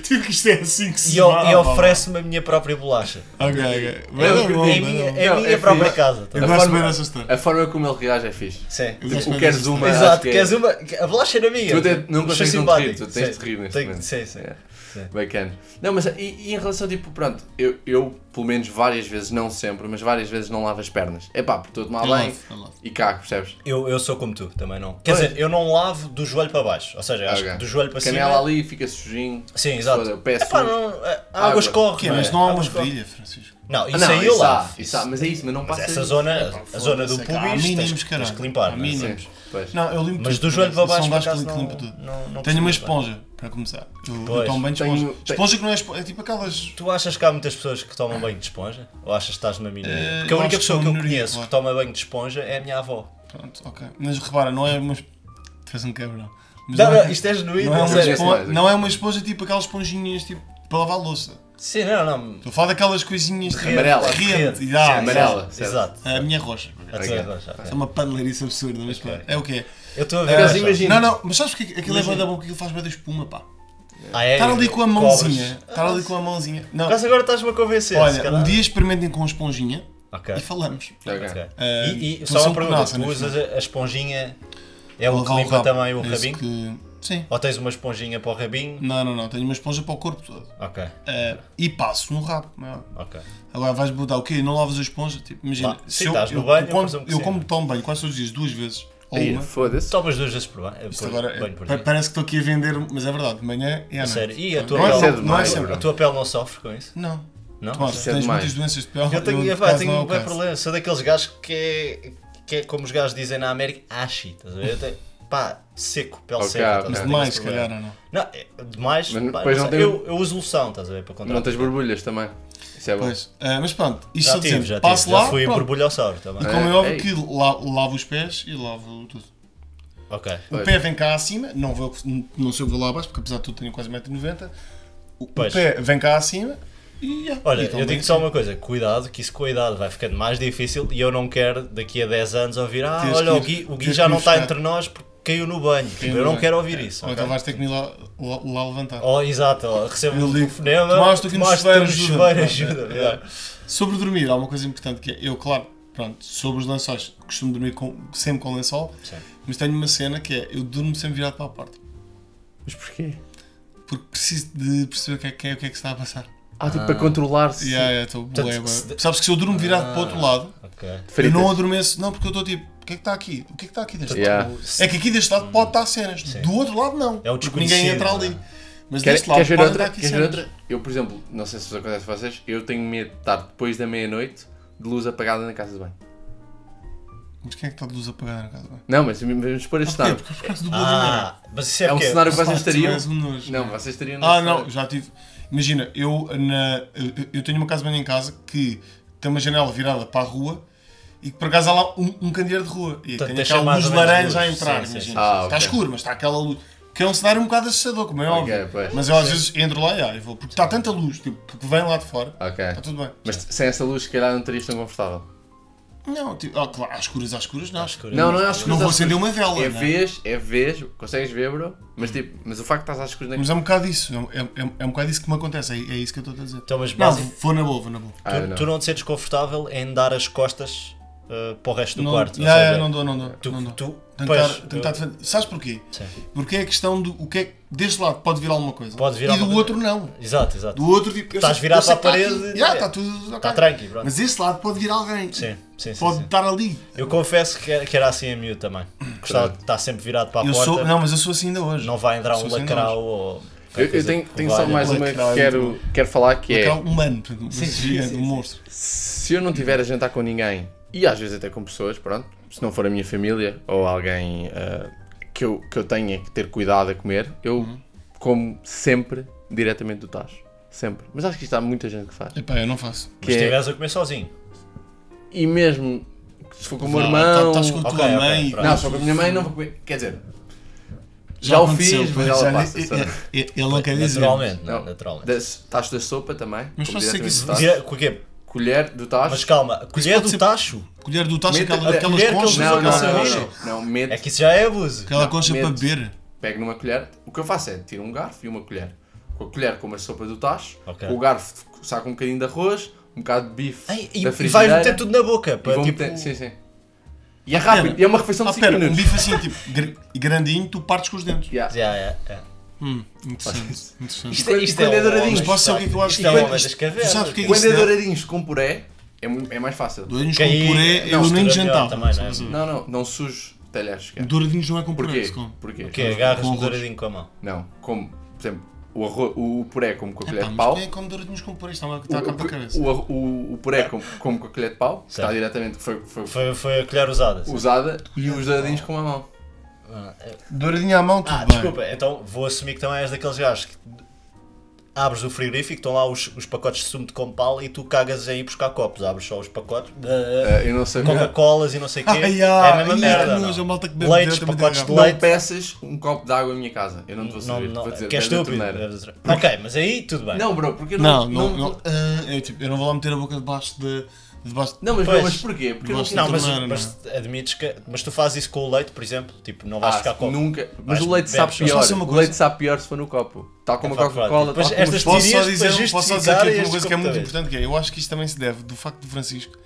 [SPEAKER 1] Tipo que isto é assim que
[SPEAKER 3] e
[SPEAKER 1] se
[SPEAKER 3] eu,
[SPEAKER 1] fala,
[SPEAKER 3] e
[SPEAKER 1] pá.
[SPEAKER 3] oferece-me a minha própria bolacha.
[SPEAKER 1] Ok, ok.
[SPEAKER 3] É
[SPEAKER 1] Mas
[SPEAKER 3] a
[SPEAKER 1] é bom, mas
[SPEAKER 3] minha,
[SPEAKER 1] é
[SPEAKER 3] é a
[SPEAKER 2] Não,
[SPEAKER 3] minha
[SPEAKER 2] é
[SPEAKER 3] própria
[SPEAKER 2] fixe.
[SPEAKER 3] casa.
[SPEAKER 1] bom.
[SPEAKER 3] tá?
[SPEAKER 1] Eu gosto bem dessa história.
[SPEAKER 2] A forma como ele reage é fixe.
[SPEAKER 3] Sim.
[SPEAKER 1] Eu gosto
[SPEAKER 2] O
[SPEAKER 1] bem
[SPEAKER 2] queres
[SPEAKER 1] dessa
[SPEAKER 2] uma,
[SPEAKER 1] história.
[SPEAKER 2] acho
[SPEAKER 3] Exato,
[SPEAKER 2] que é-
[SPEAKER 3] queres uma. A bolacha era minha. tipo,
[SPEAKER 2] Tu até não
[SPEAKER 3] Sou
[SPEAKER 2] consegues não te
[SPEAKER 3] simpático.
[SPEAKER 2] rir, tu tens de
[SPEAKER 3] Sim.
[SPEAKER 2] rir neste
[SPEAKER 3] Tenho-
[SPEAKER 2] momento.
[SPEAKER 3] Sim, sim.
[SPEAKER 2] É.
[SPEAKER 3] Sim.
[SPEAKER 2] Bacana. Não, mas e, e em relação, tipo, pronto, eu, eu, pelo menos várias vezes, não sempre, mas várias vezes não lavo as pernas. É pá, porque estou a tomar
[SPEAKER 1] Eu
[SPEAKER 2] banho
[SPEAKER 1] lavo, eu lavo.
[SPEAKER 2] e cago, percebes?
[SPEAKER 3] Eu, eu sou como tu, também não. Quer
[SPEAKER 2] Pois.
[SPEAKER 3] dizer, eu não lavo do joelho para baixo. Ou seja, acho
[SPEAKER 2] Ok.
[SPEAKER 3] que do joelho para
[SPEAKER 2] Canela
[SPEAKER 3] cima.
[SPEAKER 2] ali, fica sujinho.
[SPEAKER 3] Assim, é- Sim, exato.
[SPEAKER 2] Foda, o pé
[SPEAKER 3] Epá,
[SPEAKER 2] sujo.
[SPEAKER 3] não, a a água
[SPEAKER 2] Água.
[SPEAKER 3] escorre.
[SPEAKER 1] Que é,
[SPEAKER 3] não é?
[SPEAKER 1] mas não há
[SPEAKER 3] A água
[SPEAKER 1] uma
[SPEAKER 3] escorre.
[SPEAKER 1] brilha, Francisco.
[SPEAKER 3] Não,
[SPEAKER 2] Ah,
[SPEAKER 3] isso
[SPEAKER 2] não,
[SPEAKER 3] aí eu
[SPEAKER 2] há,
[SPEAKER 3] lavo.
[SPEAKER 2] isso há, mas é isso, mas não
[SPEAKER 3] Mas
[SPEAKER 2] passa
[SPEAKER 3] essa
[SPEAKER 2] isso.
[SPEAKER 3] zona, a zona do
[SPEAKER 1] Foda-se, cara, há
[SPEAKER 3] pubis, tens,
[SPEAKER 1] mínimos,
[SPEAKER 3] que- tens que
[SPEAKER 1] caralho.
[SPEAKER 3] limpar.
[SPEAKER 1] Há
[SPEAKER 3] não é?
[SPEAKER 1] mínimos.
[SPEAKER 2] Sim, pois.
[SPEAKER 1] Não, eu limpo
[SPEAKER 3] Mas
[SPEAKER 1] tudo,
[SPEAKER 3] do joelho para
[SPEAKER 1] sou
[SPEAKER 3] baixo,
[SPEAKER 1] um
[SPEAKER 3] por
[SPEAKER 1] gajo
[SPEAKER 3] acaso,
[SPEAKER 1] que
[SPEAKER 3] não,
[SPEAKER 1] limpa tudo.
[SPEAKER 3] não, não
[SPEAKER 1] Tenho uma
[SPEAKER 3] percebo bem.
[SPEAKER 1] esponja, para começar. Eu, eu
[SPEAKER 3] Pois.
[SPEAKER 1] tomo bem de
[SPEAKER 2] Tenho-
[SPEAKER 1] esponja.
[SPEAKER 2] tenho-
[SPEAKER 1] Esponja que não é esponja, é tipo aquelas.
[SPEAKER 3] Tu achas que há muitas pessoas que tomam banho de esponja? Ou achas que estás na minoria?
[SPEAKER 1] Eh,
[SPEAKER 3] Porque a
[SPEAKER 1] eu
[SPEAKER 3] única
[SPEAKER 1] acho que
[SPEAKER 3] pessoa
[SPEAKER 1] sou
[SPEAKER 3] que eu
[SPEAKER 1] minoria,
[SPEAKER 3] conheço
[SPEAKER 1] claro.
[SPEAKER 3] que toma banho de esponja é a minha avó.
[SPEAKER 1] Pronto, ok. Mas repara, não é uma. esp- Fez um quebra. Mas
[SPEAKER 3] Não,
[SPEAKER 1] é-
[SPEAKER 3] não, isto é genuíno,
[SPEAKER 1] não é,
[SPEAKER 3] a
[SPEAKER 1] uma
[SPEAKER 3] sério.
[SPEAKER 2] espo-
[SPEAKER 1] esponja, não é uma esponja tipo aquelas esponjinhas tipo para lavar louça.
[SPEAKER 3] Sim, não, não.
[SPEAKER 1] Estou a falar daquelas coisinhas tipo,
[SPEAKER 2] Amarela.
[SPEAKER 1] de rede.
[SPEAKER 3] Sim,
[SPEAKER 1] Ah,
[SPEAKER 3] sim,
[SPEAKER 2] amarela,
[SPEAKER 3] sim,
[SPEAKER 2] certo.
[SPEAKER 3] Exato.
[SPEAKER 1] A minha rocha.
[SPEAKER 3] A tua rocha,
[SPEAKER 1] É
[SPEAKER 3] ok.
[SPEAKER 1] uma paneleirice absurda, mas pá, é o que é.
[SPEAKER 3] Eu estou a ver.
[SPEAKER 2] Acaso,
[SPEAKER 3] já.
[SPEAKER 2] imagina.
[SPEAKER 1] Não, não, mas sabes que aquilo é
[SPEAKER 2] Imagina.
[SPEAKER 1] bué da bom, que aquilo faz bem da espuma, pá.
[SPEAKER 3] Ah, é,
[SPEAKER 1] Estar ali com a
[SPEAKER 3] cobras.
[SPEAKER 1] mãozinha, estar ali com a mãozinha. Não,
[SPEAKER 3] Ah, Por acaso agora estás-me a convencer. se
[SPEAKER 1] olha,
[SPEAKER 3] calhar.
[SPEAKER 1] um dia experimentem com a esponjinha
[SPEAKER 3] Ok.
[SPEAKER 1] e falamos.
[SPEAKER 2] Ok.
[SPEAKER 3] ok.
[SPEAKER 1] Ah,
[SPEAKER 3] e, e
[SPEAKER 1] tu
[SPEAKER 3] só
[SPEAKER 1] sou
[SPEAKER 3] uma
[SPEAKER 1] um
[SPEAKER 3] pergunta:
[SPEAKER 1] pedaço,
[SPEAKER 3] tu
[SPEAKER 1] neste
[SPEAKER 3] usas a a esponjinha? É o
[SPEAKER 1] Lavar
[SPEAKER 3] que limpa
[SPEAKER 1] rabo.
[SPEAKER 3] também o
[SPEAKER 1] É isso
[SPEAKER 3] rabinho?
[SPEAKER 1] que- Sim.
[SPEAKER 3] Ou tens uma esponjinha para o rabinho?
[SPEAKER 1] Não, não, não, tenho uma esponja para o corpo todo.
[SPEAKER 3] Ok,
[SPEAKER 1] Ah, e passo no rabo. como é óbvio.
[SPEAKER 3] ok.
[SPEAKER 1] Agora vais mudar o quê? Não lavas a esponja? Tipo, imagina,
[SPEAKER 3] Lá. Sim, estás no banho, eu um
[SPEAKER 1] como,
[SPEAKER 3] presumo que
[SPEAKER 1] eu
[SPEAKER 3] sim.
[SPEAKER 1] como tomo banho quase todos os dias, duas vezes, ou
[SPEAKER 2] Aí,
[SPEAKER 1] uma,
[SPEAKER 2] Foda-se.
[SPEAKER 3] Tomas duas vezes por banho.
[SPEAKER 1] Isto
[SPEAKER 3] por-
[SPEAKER 1] agora é-
[SPEAKER 3] banho por
[SPEAKER 1] pa-
[SPEAKER 3] dia.
[SPEAKER 1] parece que estou aqui a vender, mas é verdade, de manhã é à
[SPEAKER 3] A
[SPEAKER 1] noite.
[SPEAKER 3] sério. E a tua,
[SPEAKER 1] não, é
[SPEAKER 2] Isso é
[SPEAKER 1] sempre,
[SPEAKER 3] pele,
[SPEAKER 1] não é
[SPEAKER 2] demais,
[SPEAKER 1] sempre.
[SPEAKER 3] a tua pele não sofre com isso?
[SPEAKER 1] Não.
[SPEAKER 3] Não?
[SPEAKER 1] Tomás,
[SPEAKER 2] Isso é
[SPEAKER 1] tens
[SPEAKER 2] demais.
[SPEAKER 1] muitas doenças de pele.
[SPEAKER 3] Eu tenho, eu,
[SPEAKER 1] por
[SPEAKER 3] pá,
[SPEAKER 1] acaso,
[SPEAKER 3] tenho
[SPEAKER 1] não é o
[SPEAKER 3] um bem
[SPEAKER 1] caso.
[SPEAKER 3] problema. Sou daqueles gajos que é, que é como os gajos dizem na América, ashi. Estás a ver? Eu tenho, pá, seco, pele
[SPEAKER 2] Ok,
[SPEAKER 3] seca. estás a ver?
[SPEAKER 2] ok.
[SPEAKER 3] Tenho
[SPEAKER 1] Demais,
[SPEAKER 3] esse
[SPEAKER 1] se
[SPEAKER 3] problema.
[SPEAKER 1] calhar, ou não?
[SPEAKER 3] Não, é demais.
[SPEAKER 2] Mas
[SPEAKER 3] pá,
[SPEAKER 2] depois
[SPEAKER 3] não
[SPEAKER 2] não
[SPEAKER 3] sei.
[SPEAKER 2] tem-
[SPEAKER 3] eu, eu uso loção, estás a ver? Para contar.
[SPEAKER 2] Não tens borbulhas também. Isso é bom.
[SPEAKER 1] Pois, ah, mas pronto, isto
[SPEAKER 3] já
[SPEAKER 1] só
[SPEAKER 3] tive,
[SPEAKER 1] dizendo,
[SPEAKER 3] já
[SPEAKER 1] passo
[SPEAKER 3] tive.
[SPEAKER 1] lá,
[SPEAKER 3] já fui
[SPEAKER 1] pronto.
[SPEAKER 3] um borbulhossauro também.
[SPEAKER 1] E como é
[SPEAKER 2] É,
[SPEAKER 1] óbvio
[SPEAKER 2] ei.
[SPEAKER 1] que la- lavo os pés e lavo tudo.
[SPEAKER 3] Ok.
[SPEAKER 1] O
[SPEAKER 2] Pois.
[SPEAKER 1] pé vem cá acima, não, vou, não sei o que vou lá abaixo, porque apesar de tudo tenho quase 1,90m. O
[SPEAKER 3] Pois.
[SPEAKER 1] pé vem cá acima e... ah,
[SPEAKER 3] Olha,
[SPEAKER 1] e tomo banho
[SPEAKER 3] eu digo só uma coisa, cuidado, que isso com a idade vai ficando mais difícil e eu não quero daqui a 10 anos ouvir, ah,
[SPEAKER 1] Tens que
[SPEAKER 3] olha, o
[SPEAKER 1] ir-
[SPEAKER 3] Gui, o Gui
[SPEAKER 1] tens
[SPEAKER 3] já
[SPEAKER 1] que ir
[SPEAKER 3] não está
[SPEAKER 1] buscar.
[SPEAKER 3] entre nós porque caiu no banho. Tipo,
[SPEAKER 1] no
[SPEAKER 3] eu não
[SPEAKER 1] banho.
[SPEAKER 3] quero ouvir isso.
[SPEAKER 1] Ou
[SPEAKER 3] ok?
[SPEAKER 1] então vais ter que me ir lá, lá, lá levantar.
[SPEAKER 3] Oh, exato, oh, recebo
[SPEAKER 1] Eu
[SPEAKER 3] um
[SPEAKER 1] ligo.
[SPEAKER 3] telefonema.
[SPEAKER 1] Tomaste o que nos
[SPEAKER 3] tomaste
[SPEAKER 1] chuveiro,
[SPEAKER 3] o que nos
[SPEAKER 1] ajuda-me.
[SPEAKER 3] chuveiro, ajuda-me,
[SPEAKER 1] É. *laughs*
[SPEAKER 3] yeah.
[SPEAKER 1] Sobre dormir, há uma coisa importante que é, eu, claro, pronto, sobre os lençóis, costumo dormir com- sempre com lençol,
[SPEAKER 3] Sim.
[SPEAKER 1] mas tenho uma cena que é, eu durmo sempre virado para a porta,
[SPEAKER 2] Mas porquê?
[SPEAKER 1] porque preciso de perceber o que é que, é, o que, é que se está a passar.
[SPEAKER 2] Ah, tipo, para controlar-se.
[SPEAKER 1] E aí, eu estou bué,
[SPEAKER 3] Portanto,
[SPEAKER 1] bué.
[SPEAKER 3] se de- Ah,
[SPEAKER 1] Sabes que se eu durmo virado para o outro lado,
[SPEAKER 3] Ok.
[SPEAKER 1] eu
[SPEAKER 2] Fritas.
[SPEAKER 1] não adormeço, não, porque eu estou tipo, o que é que está aqui? O que é que está aqui deste
[SPEAKER 2] Yeah.
[SPEAKER 1] lado? É que aqui deste lado pode estar cenas, do outro lado não,
[SPEAKER 3] É o
[SPEAKER 1] porque ninguém
[SPEAKER 3] desconhecido,
[SPEAKER 1] entra
[SPEAKER 3] não é?
[SPEAKER 1] ali. Mas
[SPEAKER 2] Quer,
[SPEAKER 1] deste lado
[SPEAKER 2] queres ver
[SPEAKER 1] pode
[SPEAKER 2] outra?
[SPEAKER 1] estar aqui
[SPEAKER 2] Queres ver
[SPEAKER 1] cenas.
[SPEAKER 2] outra? Eu, por exemplo, não sei se isso acontece a vocês, eu tenho medo de estar depois da meia-noite de luz apagada na casa de banho.
[SPEAKER 1] Mas quem é que está de luz apagada na casa?
[SPEAKER 2] Não, mas vamos pôr este cenário.
[SPEAKER 1] Porque por causa do Vladimir.
[SPEAKER 3] Ah, mas isso é,
[SPEAKER 2] É um
[SPEAKER 3] porque-
[SPEAKER 2] cenário que vocês
[SPEAKER 1] Ah, tu
[SPEAKER 2] estariam.
[SPEAKER 1] és um nojo.
[SPEAKER 2] Não, vocês estariam
[SPEAKER 1] Ah,
[SPEAKER 2] nesse
[SPEAKER 1] não,
[SPEAKER 2] cenário.
[SPEAKER 1] já tive. Imagina, eu, na, eu- eu tenho uma casa bem em casa que tem uma janela virada para a rua e que por acaso há lá um, um candeeiro de rua. E
[SPEAKER 3] Portanto,
[SPEAKER 1] tem
[SPEAKER 3] deixa
[SPEAKER 1] aquela
[SPEAKER 3] mais
[SPEAKER 1] luz
[SPEAKER 3] ou menos
[SPEAKER 1] laranja a
[SPEAKER 3] luz.
[SPEAKER 1] entrar,
[SPEAKER 3] Sim, sim,
[SPEAKER 1] imagina.
[SPEAKER 2] sim,
[SPEAKER 3] sim,
[SPEAKER 2] sim.
[SPEAKER 1] está
[SPEAKER 2] Ah, ok.
[SPEAKER 1] escuro, mas está aquela luz. Que é um cenário um bocado assustador, como é
[SPEAKER 2] Ok,
[SPEAKER 1] óbvio.
[SPEAKER 2] pois.
[SPEAKER 1] Mas eu às vezes entro lá e ah, eu vou, porque está tanta luz, tipo, porque vem lá de fora.
[SPEAKER 2] Ok.
[SPEAKER 1] Está tudo bem.
[SPEAKER 2] Mas sem essa luz, se calhar não estarias tão confortável.
[SPEAKER 1] Não, tipo, ah, claro, às escuras, às escuras, não.
[SPEAKER 3] escuras.
[SPEAKER 2] Não, não é às escuras.
[SPEAKER 1] Não vou
[SPEAKER 2] às
[SPEAKER 1] acender
[SPEAKER 2] escuras.
[SPEAKER 1] uma vela,
[SPEAKER 2] É
[SPEAKER 1] não é?
[SPEAKER 2] vez, é vez, consegues ver, bro. Mas tipo, mas o facto de estás às escuras
[SPEAKER 1] Mas
[SPEAKER 2] na.
[SPEAKER 1] é um bocado isso, é, um- é, um- é um bocado isso que me acontece, é, é isso que eu estou a dizer.
[SPEAKER 3] Então, mas
[SPEAKER 1] Não,
[SPEAKER 3] basi-
[SPEAKER 1] vou na boa, vou na boa.
[SPEAKER 2] Ah,
[SPEAKER 3] tu, tu não te sentes confortável em dar as costas ah, para o resto do
[SPEAKER 1] não,
[SPEAKER 3] quarto. ou
[SPEAKER 1] yeah,
[SPEAKER 3] seja,
[SPEAKER 1] yeah, não dou, não dou.
[SPEAKER 3] tu,
[SPEAKER 1] não dou.
[SPEAKER 3] tu-
[SPEAKER 1] tentar,
[SPEAKER 3] pois,
[SPEAKER 1] tentar defender. Sabes porquê?
[SPEAKER 3] sim.
[SPEAKER 1] Porque é a questão do o que é que deste lado pode vir alguma coisa.
[SPEAKER 3] Pode vir
[SPEAKER 1] e
[SPEAKER 3] alguma
[SPEAKER 1] do
[SPEAKER 3] coisa.
[SPEAKER 1] outro não.
[SPEAKER 3] Exato, exato.
[SPEAKER 1] Do outro tipo. eu
[SPEAKER 3] Estás
[SPEAKER 1] sei-
[SPEAKER 3] virado
[SPEAKER 1] eu sei
[SPEAKER 3] para
[SPEAKER 1] que
[SPEAKER 3] a
[SPEAKER 1] está
[SPEAKER 3] parede,
[SPEAKER 1] aqui. Yeah,
[SPEAKER 3] é.
[SPEAKER 1] está tudo. ok.
[SPEAKER 3] Está tranqui, pronto.
[SPEAKER 1] Mas esse lado pode vir alguém.
[SPEAKER 3] Sim, sim, sim,
[SPEAKER 1] Pode
[SPEAKER 3] sim.
[SPEAKER 1] estar ali.
[SPEAKER 3] Eu confesso que era, que era assim a miúdo também. Gostava de estar sempre virado para a
[SPEAKER 1] Eu
[SPEAKER 3] porta.
[SPEAKER 1] sou, não, mas eu sou assim ainda hoje.
[SPEAKER 3] não vai entrar um
[SPEAKER 1] Sou sem
[SPEAKER 3] lacrau ou.
[SPEAKER 2] Eu, eu tenho, tenho só mais uma que
[SPEAKER 1] Lacrau é
[SPEAKER 2] quero,
[SPEAKER 1] muito
[SPEAKER 2] quero falar que
[SPEAKER 1] Aquele
[SPEAKER 2] é
[SPEAKER 1] um humano, portanto, uma
[SPEAKER 3] Sim, sim,
[SPEAKER 1] energia
[SPEAKER 3] sim,
[SPEAKER 1] de um
[SPEAKER 3] sim.
[SPEAKER 1] monstro.
[SPEAKER 2] se eu não tiver a jantar com ninguém e às vezes até com pessoas, pronto, se não for a minha família ou alguém ah, que, eu, que eu tenha que ter cuidado a comer, eu
[SPEAKER 1] Uhum.
[SPEAKER 2] como sempre diretamente do tacho. Sempre. Mas acho que isto há muita gente que faz.
[SPEAKER 1] Epá, eu não faço.
[SPEAKER 3] Se
[SPEAKER 2] Que é-
[SPEAKER 3] estiveres a comer sozinho.
[SPEAKER 2] e mesmo se for com o meu
[SPEAKER 1] Vá,
[SPEAKER 2] irmão.
[SPEAKER 1] Estás tá, com a
[SPEAKER 3] Ok,
[SPEAKER 1] tua
[SPEAKER 3] ok,
[SPEAKER 1] mãe.
[SPEAKER 3] pronto.
[SPEAKER 2] Não, se for com a minha mãe não vou comer. Quer dizer, já o
[SPEAKER 1] aconteceu,
[SPEAKER 2] fiz, mas
[SPEAKER 1] pois,
[SPEAKER 2] ela
[SPEAKER 1] já- *laughs*
[SPEAKER 2] passa.
[SPEAKER 1] é- é-
[SPEAKER 2] sabe?
[SPEAKER 1] é- Ele não quer dizer.
[SPEAKER 3] Naturalmente, não,
[SPEAKER 2] Não.
[SPEAKER 3] naturalmente.
[SPEAKER 2] Das, tacho da sopa também.
[SPEAKER 1] Mas
[SPEAKER 2] como
[SPEAKER 1] posso dizer que
[SPEAKER 2] diretamente
[SPEAKER 1] isso-
[SPEAKER 2] do tacho.
[SPEAKER 3] Dire- com o quê?
[SPEAKER 2] Colher do tacho.
[SPEAKER 3] Mas calma, a colher
[SPEAKER 1] pode
[SPEAKER 3] do
[SPEAKER 1] ser-
[SPEAKER 3] tacho?
[SPEAKER 1] Colher do tacho,
[SPEAKER 2] Mete-
[SPEAKER 1] aquela-
[SPEAKER 2] é,
[SPEAKER 1] aquelas
[SPEAKER 3] colher que
[SPEAKER 1] conchas,
[SPEAKER 3] eles
[SPEAKER 2] Não, não,
[SPEAKER 1] aquela
[SPEAKER 3] usam
[SPEAKER 2] não,
[SPEAKER 3] sabonete.
[SPEAKER 1] concha.
[SPEAKER 2] não. Não, mete,
[SPEAKER 3] É que isso já é abuso.
[SPEAKER 1] Aquela concha
[SPEAKER 2] mete-
[SPEAKER 1] para beber.
[SPEAKER 2] pego numa colher. O que eu faço é tiro um garfo e uma colher. Com a colher como a sopa do tacho,
[SPEAKER 3] Ok.
[SPEAKER 2] com o garfo saco um bocadinho de arroz, um bocado de bife.
[SPEAKER 3] Ai, e,
[SPEAKER 2] da
[SPEAKER 3] e vais
[SPEAKER 2] frigideira,
[SPEAKER 3] meter tudo na boca.
[SPEAKER 2] e
[SPEAKER 3] Para,
[SPEAKER 2] vou
[SPEAKER 3] tipo,
[SPEAKER 2] meter- Sim, sim. E é rápido,
[SPEAKER 1] Pera.
[SPEAKER 2] e é uma refeição de
[SPEAKER 1] Ah,
[SPEAKER 2] 5
[SPEAKER 1] pera, um
[SPEAKER 2] minutos.
[SPEAKER 1] bife assim, tipo, gr- grandinho, tu partes com os dentes.
[SPEAKER 2] Yeah.
[SPEAKER 3] Já, é, é.
[SPEAKER 1] Hum, interessante, *laughs* interessante.
[SPEAKER 2] Isto é- isto é douradinho.
[SPEAKER 1] Mas posso saber o que é que eu acho
[SPEAKER 3] Isto é
[SPEAKER 1] que-
[SPEAKER 3] o homem das
[SPEAKER 1] isto-
[SPEAKER 3] cavernas.
[SPEAKER 1] sabes o que é que
[SPEAKER 2] Quando
[SPEAKER 1] isso
[SPEAKER 2] é
[SPEAKER 1] dá?
[SPEAKER 2] douradinhos com puré, é, mu- é mais fácil.
[SPEAKER 1] Douradinhos
[SPEAKER 3] Que
[SPEAKER 1] com
[SPEAKER 3] aí-
[SPEAKER 1] puré,
[SPEAKER 3] não, é?
[SPEAKER 1] eu nem
[SPEAKER 3] mistura
[SPEAKER 1] jantava.
[SPEAKER 3] melhor também,
[SPEAKER 1] sabes?
[SPEAKER 2] Não, não, não sujo talheres. cara.
[SPEAKER 1] Douradinhos não é com puré,
[SPEAKER 2] Porquê?
[SPEAKER 1] se come.
[SPEAKER 2] Porquê?
[SPEAKER 3] O quê? Agarras
[SPEAKER 1] Com
[SPEAKER 3] um
[SPEAKER 1] arroz.
[SPEAKER 3] douradinho com a mão.
[SPEAKER 2] Não, como, por exemplo, o, arroz, o puré como com a colher
[SPEAKER 1] Epá,
[SPEAKER 2] de
[SPEAKER 1] mas
[SPEAKER 2] pau.
[SPEAKER 1] quem é que come douradinhos com puré? Isto está-me a-
[SPEAKER 2] O,
[SPEAKER 1] está a capa da cabeça.
[SPEAKER 2] o, arro- o, o puré como, como com a colher de pau, que está
[SPEAKER 3] Certo.
[SPEAKER 2] diretamente, foi, foi,
[SPEAKER 3] Foi, foi a colher usada. sim.
[SPEAKER 2] usada, e os dadinhos com a mão.
[SPEAKER 3] Ah, é-
[SPEAKER 1] Douradinho à mão, tudo
[SPEAKER 3] Ah,
[SPEAKER 1] bem.
[SPEAKER 3] desculpa, então vou assumir que também és daqueles gajos que abres o frigorífico, estão lá os, os pacotes de sumo de compal e tu cagas em ir buscar copos, abres só os pacotes,
[SPEAKER 2] Ah, eu não sei.
[SPEAKER 3] Coca-Colas e não sei o quê.
[SPEAKER 1] É, Ai, ah,
[SPEAKER 3] é a mesma
[SPEAKER 1] ai,
[SPEAKER 3] merda.
[SPEAKER 1] que nojo,
[SPEAKER 3] não.
[SPEAKER 1] a malta que bebe
[SPEAKER 3] Leites,
[SPEAKER 1] diretamente
[SPEAKER 3] pacotes
[SPEAKER 1] da
[SPEAKER 3] de
[SPEAKER 1] garrafa.
[SPEAKER 2] Não
[SPEAKER 3] leite.
[SPEAKER 2] peças um copo de água à minha casa. Eu não te vou
[SPEAKER 3] Não,
[SPEAKER 2] saber.
[SPEAKER 3] não,
[SPEAKER 2] vou dizer,
[SPEAKER 3] que é
[SPEAKER 2] bebe da
[SPEAKER 3] estúpido.
[SPEAKER 2] torneira.
[SPEAKER 3] Ok, mas aí tudo bem.
[SPEAKER 2] Não, bro, porque eu
[SPEAKER 1] Não,
[SPEAKER 2] não.
[SPEAKER 1] não, não. ah, eu, tipo, eu não vou lá meter a boca debaixo de. Debaixo de...
[SPEAKER 2] Não, mas, bro,
[SPEAKER 3] Pois.
[SPEAKER 2] mas porquê? Porque eu não
[SPEAKER 1] Gosto
[SPEAKER 3] Não,
[SPEAKER 1] de
[SPEAKER 3] mas,
[SPEAKER 1] torneira,
[SPEAKER 3] mas admites que. Mas tu fazes isso com o leite, por exemplo? Tipo, não vais
[SPEAKER 2] Ah,
[SPEAKER 3] ficar com.
[SPEAKER 2] nunca. Mas
[SPEAKER 3] Vais-
[SPEAKER 2] o leite sabe
[SPEAKER 3] bebes, mas
[SPEAKER 2] pior.
[SPEAKER 1] faça é uma
[SPEAKER 2] O
[SPEAKER 1] coisa.
[SPEAKER 2] leite sabe pior se for no copo. Tal como a
[SPEAKER 3] É verdade.
[SPEAKER 2] Coca-cola,
[SPEAKER 3] Depois
[SPEAKER 2] tal como
[SPEAKER 3] estas
[SPEAKER 2] os
[SPEAKER 3] tiras-
[SPEAKER 1] Posso só
[SPEAKER 3] Dirias
[SPEAKER 1] dizer,
[SPEAKER 3] para
[SPEAKER 1] posso só dizer
[SPEAKER 3] justificar
[SPEAKER 1] aqui uma
[SPEAKER 3] estes
[SPEAKER 1] coisa que é muito
[SPEAKER 3] computadores.
[SPEAKER 1] importante: que é, eu acho que isto também se deve do facto do Francisco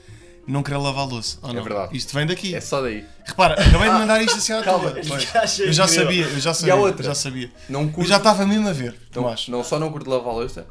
[SPEAKER 1] não querer lavar a louça. ou não?
[SPEAKER 2] É verdade.
[SPEAKER 1] Isto vem daqui.
[SPEAKER 2] É só daí.
[SPEAKER 1] Repara, acabei
[SPEAKER 3] Ah,
[SPEAKER 1] de mandar isto assim à
[SPEAKER 2] calma,
[SPEAKER 1] tua.
[SPEAKER 2] este
[SPEAKER 1] Pois.
[SPEAKER 3] gajo é
[SPEAKER 1] Eu já
[SPEAKER 3] incrível.
[SPEAKER 1] sabia, eu já sabia.
[SPEAKER 2] outra?
[SPEAKER 1] Eu já sabia.
[SPEAKER 2] Não
[SPEAKER 1] Eu
[SPEAKER 2] curto.
[SPEAKER 1] já estava mesmo a ver,
[SPEAKER 2] não,
[SPEAKER 1] eu acho.
[SPEAKER 2] Então, não só não curto lavar a louça,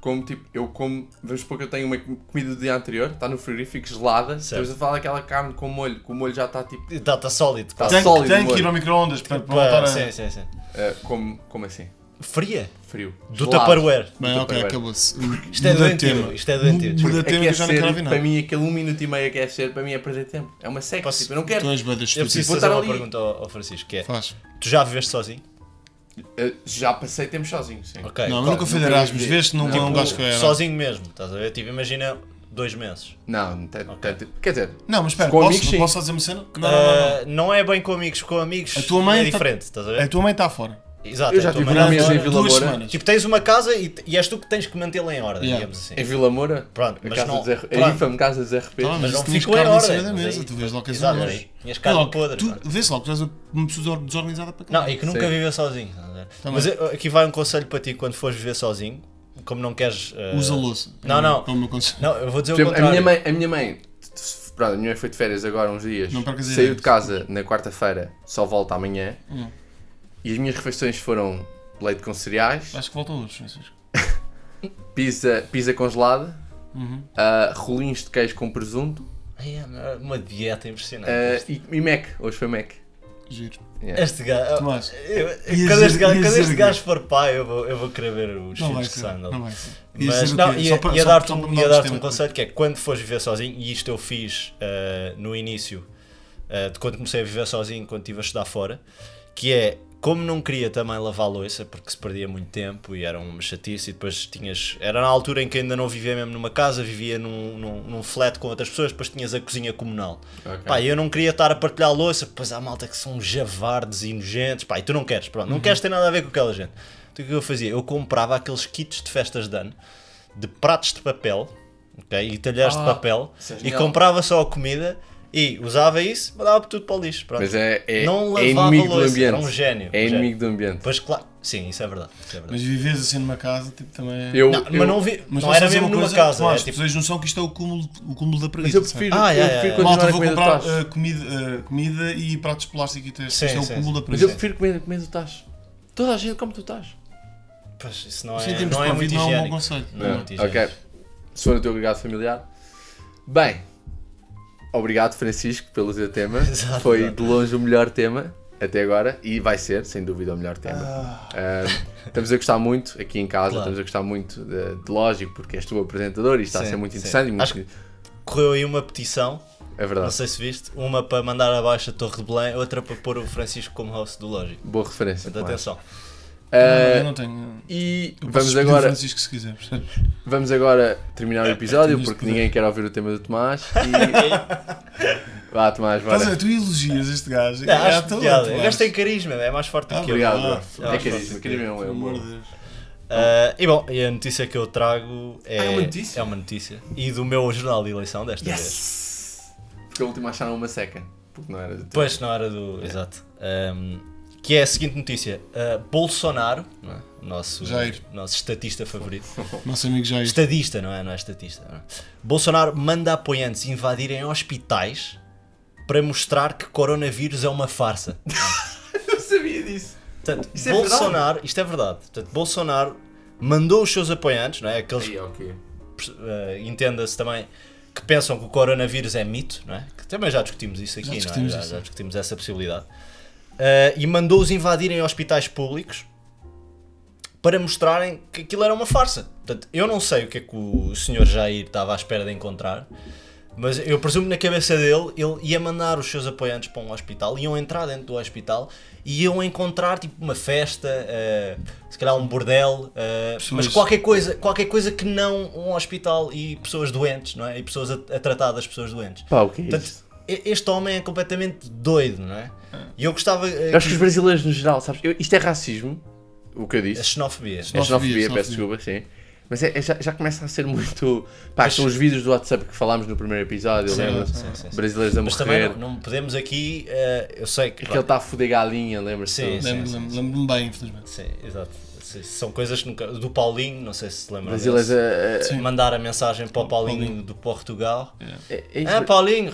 [SPEAKER 2] como tipo, eu como. Vamos supor que eu tenho uma comida do dia anterior, está no frigorífico gelada.
[SPEAKER 3] Certo.
[SPEAKER 2] Estamos a falar daquela carne com molho, que o molho já está tipo.
[SPEAKER 3] Data sólido, quase.
[SPEAKER 1] Tem,
[SPEAKER 2] sólido,
[SPEAKER 1] tem que ir
[SPEAKER 2] molho.
[SPEAKER 1] ao micro-ondas para, para
[SPEAKER 3] Pá,
[SPEAKER 1] voltar a.
[SPEAKER 3] Tipo, ah, Sim, sim, sim.
[SPEAKER 2] eh, como, como assim?
[SPEAKER 3] Fria.
[SPEAKER 2] Frio.
[SPEAKER 3] Do
[SPEAKER 2] Gelado.
[SPEAKER 3] Tupperware.
[SPEAKER 1] Bem, ok,
[SPEAKER 2] Do Tupperware.
[SPEAKER 3] *laughs*
[SPEAKER 1] acabou-se. Um,
[SPEAKER 3] Isto é
[SPEAKER 1] Muda
[SPEAKER 3] doentio,
[SPEAKER 1] tema.
[SPEAKER 3] isto é doentio, desculpa.
[SPEAKER 1] Muda tema que eu já não quero ouvir
[SPEAKER 2] Aquecer,
[SPEAKER 1] nada.
[SPEAKER 2] para mim, aquele um minuto e meio aquecer, para mim é perder tempo. É uma seca.
[SPEAKER 3] Posso-
[SPEAKER 2] Tipo, eu não quero.
[SPEAKER 1] Tu és bada
[SPEAKER 3] Eu
[SPEAKER 1] estúpido.
[SPEAKER 3] preciso
[SPEAKER 2] Vou
[SPEAKER 3] fazer
[SPEAKER 2] estar
[SPEAKER 3] uma
[SPEAKER 2] ali.
[SPEAKER 3] pergunta ao, ao Francisco, que é,
[SPEAKER 1] Faz.
[SPEAKER 3] tu já viveste sozinho?
[SPEAKER 2] Eh, já passei tempo sozinho, sim.
[SPEAKER 3] Ok.
[SPEAKER 1] Não, eu
[SPEAKER 2] Pá,
[SPEAKER 1] nunca fui de
[SPEAKER 2] nunca
[SPEAKER 1] Erasmus.
[SPEAKER 2] vi.
[SPEAKER 1] Veste, não não
[SPEAKER 3] Tipo,
[SPEAKER 1] gosto que eu era.
[SPEAKER 3] sozinho mesmo, estás a ver? Tipo, imagina dois meses.
[SPEAKER 2] Não, não tem- tem- quer dizer,
[SPEAKER 1] Não, mas espera,
[SPEAKER 2] Com
[SPEAKER 1] posso,
[SPEAKER 2] amigos, sim.
[SPEAKER 1] posso só dizer uma cena? Não, não, não.
[SPEAKER 3] Ah, não é bem com amigos, com amigos
[SPEAKER 1] A tua mãe
[SPEAKER 3] é
[SPEAKER 1] tá-
[SPEAKER 3] diferente, estás a
[SPEAKER 1] não. A
[SPEAKER 3] ver?
[SPEAKER 1] tua mãe está fora.
[SPEAKER 3] Exato,
[SPEAKER 2] eu
[SPEAKER 3] é
[SPEAKER 2] já
[SPEAKER 3] a tua
[SPEAKER 2] tive
[SPEAKER 3] mãe
[SPEAKER 2] um
[SPEAKER 3] tá
[SPEAKER 2] mês em
[SPEAKER 3] fora.
[SPEAKER 2] Vila
[SPEAKER 1] Duas
[SPEAKER 2] Moura.
[SPEAKER 1] semanas.
[SPEAKER 3] Tipo, tens uma casa e, e és tu que tens que mantê-la em ordem,
[SPEAKER 1] Yeah.
[SPEAKER 3] digamos assim.
[SPEAKER 2] Em Vila Moura?
[SPEAKER 3] Pronto,
[SPEAKER 2] a
[SPEAKER 3] mas
[SPEAKER 2] É- casa
[SPEAKER 3] não-
[SPEAKER 2] dos R-
[SPEAKER 3] pronto. Então
[SPEAKER 2] a infame casa dos RP.
[SPEAKER 1] Tá,
[SPEAKER 3] mas não
[SPEAKER 1] tinhas
[SPEAKER 3] ficou em
[SPEAKER 1] carne
[SPEAKER 3] ordem.
[SPEAKER 1] cima da
[SPEAKER 3] mas
[SPEAKER 1] mesa,
[SPEAKER 3] aí-
[SPEAKER 1] tu vês logo que és
[SPEAKER 3] Exato,
[SPEAKER 1] um
[SPEAKER 3] aí.
[SPEAKER 1] nojo.
[SPEAKER 3] Tinhas
[SPEAKER 1] Vê
[SPEAKER 3] carne
[SPEAKER 1] logo,
[SPEAKER 3] podre.
[SPEAKER 1] tu-
[SPEAKER 3] pá.
[SPEAKER 1] Vês logo, tu és uma pessoa desorganizada para cá.
[SPEAKER 3] Não, e que nunca
[SPEAKER 2] Sim.
[SPEAKER 3] viveu sozinho. estás a ver? Mas eu- aqui vai um conselho para ti quando fores viver sozinho, como não queres. ah,
[SPEAKER 1] Usa louça.
[SPEAKER 3] Não, não.
[SPEAKER 1] Como eu aconselho.
[SPEAKER 3] Não, eu vou dizer
[SPEAKER 2] Por
[SPEAKER 3] o
[SPEAKER 2] exemplo,
[SPEAKER 3] contrário.
[SPEAKER 2] a minha mãe, a minha mãe, pronto, a minha mãe foi de férias agora uns dias.
[SPEAKER 1] Não percas as
[SPEAKER 2] Saiu
[SPEAKER 1] ideias.
[SPEAKER 2] de casa na quarta-feira, só volta amanhã.
[SPEAKER 1] Hum.
[SPEAKER 2] E as minhas refeições foram leite com cereais,
[SPEAKER 1] Acho que volta hoje, Francisco.
[SPEAKER 2] pizza, pizza congelada,
[SPEAKER 1] Uhum.
[SPEAKER 2] ah, rolinhos de queijo com presunto
[SPEAKER 3] Ai, é uma dieta impressionante.
[SPEAKER 1] Eh,
[SPEAKER 2] ah, e, e Mac. Hoje foi Mac.
[SPEAKER 1] Giro.
[SPEAKER 3] Este gajo.
[SPEAKER 1] Tomás. Ia
[SPEAKER 3] eu- quando este
[SPEAKER 1] ser-
[SPEAKER 3] gajo,
[SPEAKER 1] ia
[SPEAKER 3] quando
[SPEAKER 1] ser
[SPEAKER 3] este
[SPEAKER 1] o
[SPEAKER 3] gajo for pai, eu vou, eu vou querer ver os
[SPEAKER 1] Não vai
[SPEAKER 3] filhos que
[SPEAKER 1] ser.
[SPEAKER 3] saem dali.
[SPEAKER 1] Não vai ser.
[SPEAKER 3] Mas
[SPEAKER 1] ser o
[SPEAKER 3] não,
[SPEAKER 1] quê?
[SPEAKER 3] ia,
[SPEAKER 1] Só para-
[SPEAKER 3] ia
[SPEAKER 1] só-
[SPEAKER 3] dar-te
[SPEAKER 1] só para
[SPEAKER 3] um,
[SPEAKER 1] mudar
[SPEAKER 3] ia
[SPEAKER 1] o
[SPEAKER 3] dar-te
[SPEAKER 1] sistema
[SPEAKER 3] um
[SPEAKER 1] de coisa.
[SPEAKER 3] conselho que é quando fores viver sozinho, e isto eu fiz ah, no início ah, de quando comecei a viver sozinho, quando estive a estudar fora, que é como não queria também lavar a louça porque se perdia muito tempo e era uma chatice e depois tinhas. Era na altura em que ainda não vivia mesmo numa casa, vivia num, num, num flat com outras pessoas, depois tinhas a cozinha comunal.
[SPEAKER 2] Ok.
[SPEAKER 3] Pá, eu não queria estar a partilhar a louça, pois há malta que são javardes e nojentes, pá, e tu não queres, pronto,
[SPEAKER 2] Uhum.
[SPEAKER 3] não queres ter nada a ver com aquela gente. Então o que eu fazia? Eu comprava aqueles kits de festas de ano, de pratos de papel, ok, e talheres de
[SPEAKER 2] Ah,
[SPEAKER 3] papel,
[SPEAKER 2] isso é
[SPEAKER 3] e
[SPEAKER 2] genial.
[SPEAKER 3] comprava só a comida E usava isso, mandava tudo para o lixo. Pronto.
[SPEAKER 2] Mas é, é,
[SPEAKER 3] não
[SPEAKER 2] é
[SPEAKER 3] lavava
[SPEAKER 2] inimigo do
[SPEAKER 3] louça, era
[SPEAKER 2] ambiente.
[SPEAKER 3] um gênio.
[SPEAKER 2] É
[SPEAKER 3] um gênio.
[SPEAKER 2] inimigo do ambiente.
[SPEAKER 3] Pois claro, sim, isso é verdade. Isso é verdade.
[SPEAKER 1] Mas vives assim numa casa, tipo, também é-
[SPEAKER 2] Eu,
[SPEAKER 3] Não,
[SPEAKER 2] eu-
[SPEAKER 3] mas não, vi,
[SPEAKER 1] Mas
[SPEAKER 3] não
[SPEAKER 1] posso
[SPEAKER 3] era
[SPEAKER 1] dizer
[SPEAKER 3] mesmo
[SPEAKER 1] uma
[SPEAKER 3] numa
[SPEAKER 1] coisa,
[SPEAKER 3] casa.
[SPEAKER 1] Tomás,
[SPEAKER 3] Era
[SPEAKER 1] tu
[SPEAKER 3] tipo,
[SPEAKER 1] tens noção que isto é o cúmulo, o cúmulo da
[SPEAKER 2] mas
[SPEAKER 1] preguiça.
[SPEAKER 2] eu
[SPEAKER 1] sabe?
[SPEAKER 2] prefiro,
[SPEAKER 3] Ah,
[SPEAKER 2] eu
[SPEAKER 3] yeah,
[SPEAKER 2] prefiro
[SPEAKER 3] yeah,
[SPEAKER 2] continuar
[SPEAKER 1] Malta,
[SPEAKER 2] a
[SPEAKER 1] vou
[SPEAKER 2] comer o
[SPEAKER 1] comprar
[SPEAKER 2] tacho.
[SPEAKER 1] eh, comida, eh, comida e pratos de plástico e textos.
[SPEAKER 3] Sim,
[SPEAKER 1] Isto é o
[SPEAKER 3] sim,
[SPEAKER 1] cúmulo da
[SPEAKER 2] Mas eu
[SPEAKER 1] preguiça.
[SPEAKER 2] prefiro comer, comer do tacho. Toda a gente come do tacho.
[SPEAKER 3] pois, isso não
[SPEAKER 1] Isto
[SPEAKER 3] é,
[SPEAKER 1] em termos
[SPEAKER 3] não
[SPEAKER 1] de
[SPEAKER 3] é
[SPEAKER 1] Covid
[SPEAKER 3] muito
[SPEAKER 1] não é um bom
[SPEAKER 3] higiênico.
[SPEAKER 1] conselho.
[SPEAKER 3] Não é
[SPEAKER 2] Ah,
[SPEAKER 3] muito
[SPEAKER 2] ok.
[SPEAKER 3] higiênico.
[SPEAKER 2] Se for o teu agregado familiar. Bem, obrigado Francisco pelo teu tema.
[SPEAKER 3] Exato,
[SPEAKER 2] Foi
[SPEAKER 3] exato.
[SPEAKER 2] de longe o melhor tema até agora e vai ser, sem dúvida, o melhor tema. Ah, estamos a gostar muito aqui em casa,
[SPEAKER 3] Claro.
[SPEAKER 2] estamos a gostar muito de, de lógico, porque és tu o apresentador e está a
[SPEAKER 3] Sim,
[SPEAKER 2] ser muito
[SPEAKER 3] sim.
[SPEAKER 2] interessante. e muito-
[SPEAKER 3] Acho Correu aí uma petição,
[SPEAKER 2] É
[SPEAKER 3] não
[SPEAKER 2] verdade,
[SPEAKER 3] sei se viste, uma para mandar abaixo a Torre de Belém, outra para pôr o Francisco como host do Lógico.
[SPEAKER 2] boa referência.
[SPEAKER 3] Portanto,
[SPEAKER 2] Tomás.
[SPEAKER 3] atenção.
[SPEAKER 2] Ah,
[SPEAKER 1] Eu não tenho.
[SPEAKER 2] e
[SPEAKER 1] Eu posso
[SPEAKER 2] vamos
[SPEAKER 1] escolher
[SPEAKER 2] agora,
[SPEAKER 1] Francisco se quiser. percebes?
[SPEAKER 2] vamos agora terminar o episódio
[SPEAKER 1] temos de
[SPEAKER 2] porque
[SPEAKER 1] poder.
[SPEAKER 2] ninguém quer ouvir o tema do Tomás. E... Vá, Tomás,
[SPEAKER 1] Estás a ver,
[SPEAKER 2] bora.
[SPEAKER 1] tu elogias este gajo.
[SPEAKER 3] Não,
[SPEAKER 1] É à
[SPEAKER 3] acho
[SPEAKER 1] toa,
[SPEAKER 3] piada.
[SPEAKER 1] tu
[SPEAKER 3] O
[SPEAKER 1] achas.
[SPEAKER 3] gajo tem carisma, é mais forte
[SPEAKER 1] Ah,
[SPEAKER 3] que eu.
[SPEAKER 2] Obrigado,
[SPEAKER 1] Ah,
[SPEAKER 2] bro. É
[SPEAKER 3] ah,
[SPEAKER 2] caríssimo, caríssimo é um
[SPEAKER 1] Pelo amor de
[SPEAKER 2] amor.
[SPEAKER 1] Deus.
[SPEAKER 3] Ah, e bom, e a notícia que eu trago é,
[SPEAKER 2] Ah, é uma notícia?
[SPEAKER 3] é uma notícia. E do meu jornal de eleição desta vez.
[SPEAKER 2] Porque a última acharam uma seca. Porque não era de tudo.
[SPEAKER 3] Pois, na hora do. Exato. Um, que é a seguinte notícia: Uh, Bolsonaro, não é? nosso,
[SPEAKER 1] Jair.
[SPEAKER 3] nosso estatista favorito,
[SPEAKER 1] Nosso amigo Jair.
[SPEAKER 3] estadista, não é? Não é estatista. não é? Bolsonaro manda apoiantes invadirem hospitais para mostrar que coronavírus é uma farsa.
[SPEAKER 2] *laughs* Eu sabia disso.
[SPEAKER 3] Portanto,
[SPEAKER 2] Isso é
[SPEAKER 3] Bolsonaro, isto é verdade. Portanto, Bolsonaro mandou os seus apoiantes, não é? Aqueles
[SPEAKER 2] Aí, ok.
[SPEAKER 3] eh, entenda-se também que pensam que o coronavírus é mito, não é? Que também já discutimos isso aqui,
[SPEAKER 1] Já
[SPEAKER 3] não é?
[SPEAKER 1] discutimos
[SPEAKER 3] já,
[SPEAKER 1] isso.
[SPEAKER 3] já discutimos essa possibilidade. Eh, e mandou-os invadirem hospitais públicos para mostrarem que aquilo era uma farsa. Portanto, eu não sei o que é que o senhor Jair estava à espera de encontrar, mas eu presumo que na cabeça dele ele ia mandar os seus apoiantes para um hospital, iam entrar dentro do hospital e iam encontrar tipo uma festa, eh, se calhar um bordel, eh, mas
[SPEAKER 1] Pessoas-
[SPEAKER 3] qualquer coisa, qualquer coisa que não um hospital e pessoas doentes, não é? E pessoas a, a tratar das pessoas doentes.
[SPEAKER 2] Pá, o que é
[SPEAKER 3] Portanto,
[SPEAKER 2] isso?
[SPEAKER 3] e- este homem é completamente doido, não é?
[SPEAKER 1] Ah.
[SPEAKER 3] E eu gostava. eh,
[SPEAKER 2] Eu acho que
[SPEAKER 3] que-
[SPEAKER 2] os brasileiros, no geral, sabes? eu- isto é racismo, o que eu
[SPEAKER 3] a
[SPEAKER 2] disse.
[SPEAKER 3] xenofobia.
[SPEAKER 2] É xenofobia,
[SPEAKER 1] Xenofobia,
[SPEAKER 2] peço desculpa, sim. Mas é- é já, já começa a ser muito. Pá,
[SPEAKER 3] Mas-
[SPEAKER 2] são os vídeos do WhatsApp que falámos no primeiro episódio,
[SPEAKER 3] Sim,
[SPEAKER 2] lembra-se?
[SPEAKER 3] sim, sim, sim.
[SPEAKER 2] Brasileiros a
[SPEAKER 3] Mas também
[SPEAKER 2] morrer.
[SPEAKER 3] não, não podemos aqui. eh, eu sei que.
[SPEAKER 2] Aquele está a foder galinha, lembra-se?
[SPEAKER 3] Sim,
[SPEAKER 2] Do-
[SPEAKER 3] sim.
[SPEAKER 1] Lembro- lembro- Lembro-me bem, infelizmente.
[SPEAKER 3] Sim, exato. Sim, São coisas que nunca. Do Paulinho, não sei se se lembram.
[SPEAKER 2] Brasileiros
[SPEAKER 3] desse.
[SPEAKER 2] a. a-
[SPEAKER 1] Sim.
[SPEAKER 3] Mandar a mensagem para o Paulinho,
[SPEAKER 1] Paulinho.
[SPEAKER 3] do Portugal.
[SPEAKER 2] é- é isso,
[SPEAKER 3] Ah, Paulinho!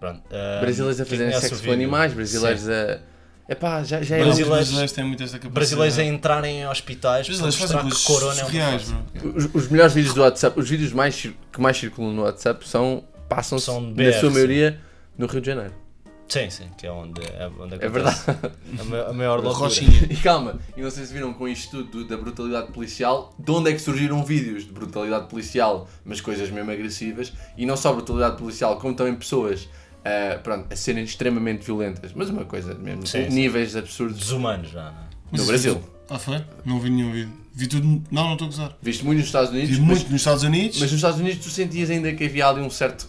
[SPEAKER 3] Pronto. ah,
[SPEAKER 2] Brasileiros a
[SPEAKER 3] quem
[SPEAKER 2] fazerem
[SPEAKER 3] conhece o
[SPEAKER 2] sexo com
[SPEAKER 3] vídeo?
[SPEAKER 2] animais, brasileiros a. É pá, já, já é.
[SPEAKER 1] Não, os
[SPEAKER 3] Brasileiros-
[SPEAKER 1] brasileiros têm muito esta capacidade.
[SPEAKER 3] Brasileiros a entrarem em hospitais
[SPEAKER 1] Os
[SPEAKER 3] para
[SPEAKER 1] brasileiros fazem
[SPEAKER 3] mostrar
[SPEAKER 1] coisas
[SPEAKER 3] que corona é uma
[SPEAKER 1] surreais,
[SPEAKER 3] farsa.
[SPEAKER 1] bro.
[SPEAKER 2] Os, os melhores vídeos do WhatsApp, os vídeos mais, cir- que mais circulam no WhatsApp são passam-se
[SPEAKER 3] São de
[SPEAKER 2] na
[SPEAKER 3] BR,
[SPEAKER 2] sua
[SPEAKER 3] sim.
[SPEAKER 2] maioria no Rio de Janeiro. *laughs*
[SPEAKER 3] Sim, sim, que é onde, é onde
[SPEAKER 2] É
[SPEAKER 3] acontece
[SPEAKER 2] verdade.
[SPEAKER 3] A, ma- a maior loucura.
[SPEAKER 1] Rochinha.
[SPEAKER 2] E calma, e não sei se viram com isto tudo da brutalidade policial, de onde é que surgiram vídeos de brutalidade policial, mas coisas mesmo agressivas, e não só brutalidade policial, como também pessoas ah, pronto, a serem extremamente violentas, mas uma coisa mesmo,
[SPEAKER 3] Sim, sim.
[SPEAKER 2] níveis absurdos
[SPEAKER 3] Desumanos já, não é?
[SPEAKER 1] Mas
[SPEAKER 2] no
[SPEAKER 1] isso-
[SPEAKER 2] Brasil.
[SPEAKER 1] Ah, foi? Não vi nenhum vídeo. Vi tudo. Não, não estou a gozar.
[SPEAKER 2] Viste muito nos Estados Unidos,
[SPEAKER 1] Vi
[SPEAKER 2] mas-
[SPEAKER 1] muito nos Estados Unidos.
[SPEAKER 2] Mas nos Estados Unidos tu sentias ainda que havia ali um certo,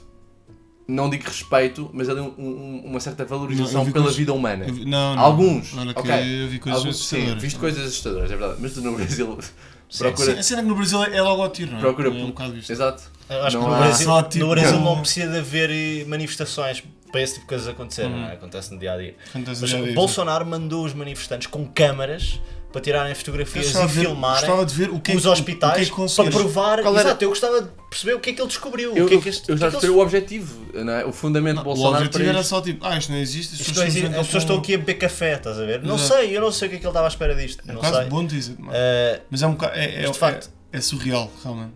[SPEAKER 2] não digo respeito, mas ali um- um- uma certa valorização
[SPEAKER 1] Não, eu vi
[SPEAKER 2] pela
[SPEAKER 1] coisas-
[SPEAKER 2] vida humana.
[SPEAKER 1] Eu vi- Não, não.
[SPEAKER 2] Alguns,
[SPEAKER 1] Olha que
[SPEAKER 2] ok.
[SPEAKER 1] eu vi coisas
[SPEAKER 2] Alguns, Sim,
[SPEAKER 1] assustadoras.
[SPEAKER 2] viste coisas assustadoras, é verdade. Mas tu no Brasil
[SPEAKER 3] Sim,
[SPEAKER 2] *laughs* procura...
[SPEAKER 1] Sim, A cena que no Brasil é logo ao tiro, não é?
[SPEAKER 2] procura
[SPEAKER 1] É um bocado isto.
[SPEAKER 2] Exato.
[SPEAKER 3] Eu acho
[SPEAKER 2] Não
[SPEAKER 3] que no
[SPEAKER 2] há-
[SPEAKER 3] Brasil,
[SPEAKER 1] só, tipo,
[SPEAKER 3] no Brasil
[SPEAKER 1] não-
[SPEAKER 3] não precisa de haver eh, manifestações para esse tipo de coisas acontecerem, não
[SPEAKER 1] Uhum.
[SPEAKER 3] é? Acontece no dia a dia.
[SPEAKER 1] Acontece no
[SPEAKER 3] Mas
[SPEAKER 1] dia a dia,
[SPEAKER 3] Bolsonaro mandou os manifestantes com câmaras para tirarem
[SPEAKER 1] Eu
[SPEAKER 3] fotografias e
[SPEAKER 1] gostava de ver-
[SPEAKER 3] filmarem
[SPEAKER 1] gostava de ver o que é
[SPEAKER 3] os
[SPEAKER 1] que- o
[SPEAKER 3] hospitais
[SPEAKER 1] que é que
[SPEAKER 3] para
[SPEAKER 1] conseguiram.
[SPEAKER 3] provar.
[SPEAKER 2] Qual era-
[SPEAKER 3] Exato, eu gostava de perceber o que é que ele descobriu.
[SPEAKER 2] Eu,
[SPEAKER 3] o que é que este,
[SPEAKER 2] eu
[SPEAKER 3] o que
[SPEAKER 2] já
[SPEAKER 3] é que
[SPEAKER 2] percebi
[SPEAKER 3] ele-
[SPEAKER 2] o objetivo, não é? o fundamento de
[SPEAKER 1] O
[SPEAKER 2] Bolsonaro
[SPEAKER 1] objetivo
[SPEAKER 2] para
[SPEAKER 1] era
[SPEAKER 2] isto.
[SPEAKER 1] só tipo, ah, isto não existe, as
[SPEAKER 3] Isto não
[SPEAKER 1] pessoas
[SPEAKER 3] existe-
[SPEAKER 1] simplesmente
[SPEAKER 3] As pessoas
[SPEAKER 1] não
[SPEAKER 3] estão aqui a beber café, estás a ver? Não
[SPEAKER 1] Exato.
[SPEAKER 3] sei, eu não sei o que é que ele estava à espera disto.
[SPEAKER 1] É
[SPEAKER 3] Não
[SPEAKER 1] quase
[SPEAKER 3] sei.
[SPEAKER 1] bom dizer, mano.
[SPEAKER 3] Eh,
[SPEAKER 1] mas é um bocado. É, é,
[SPEAKER 3] mas de facto-
[SPEAKER 1] é, é surreal, realmente.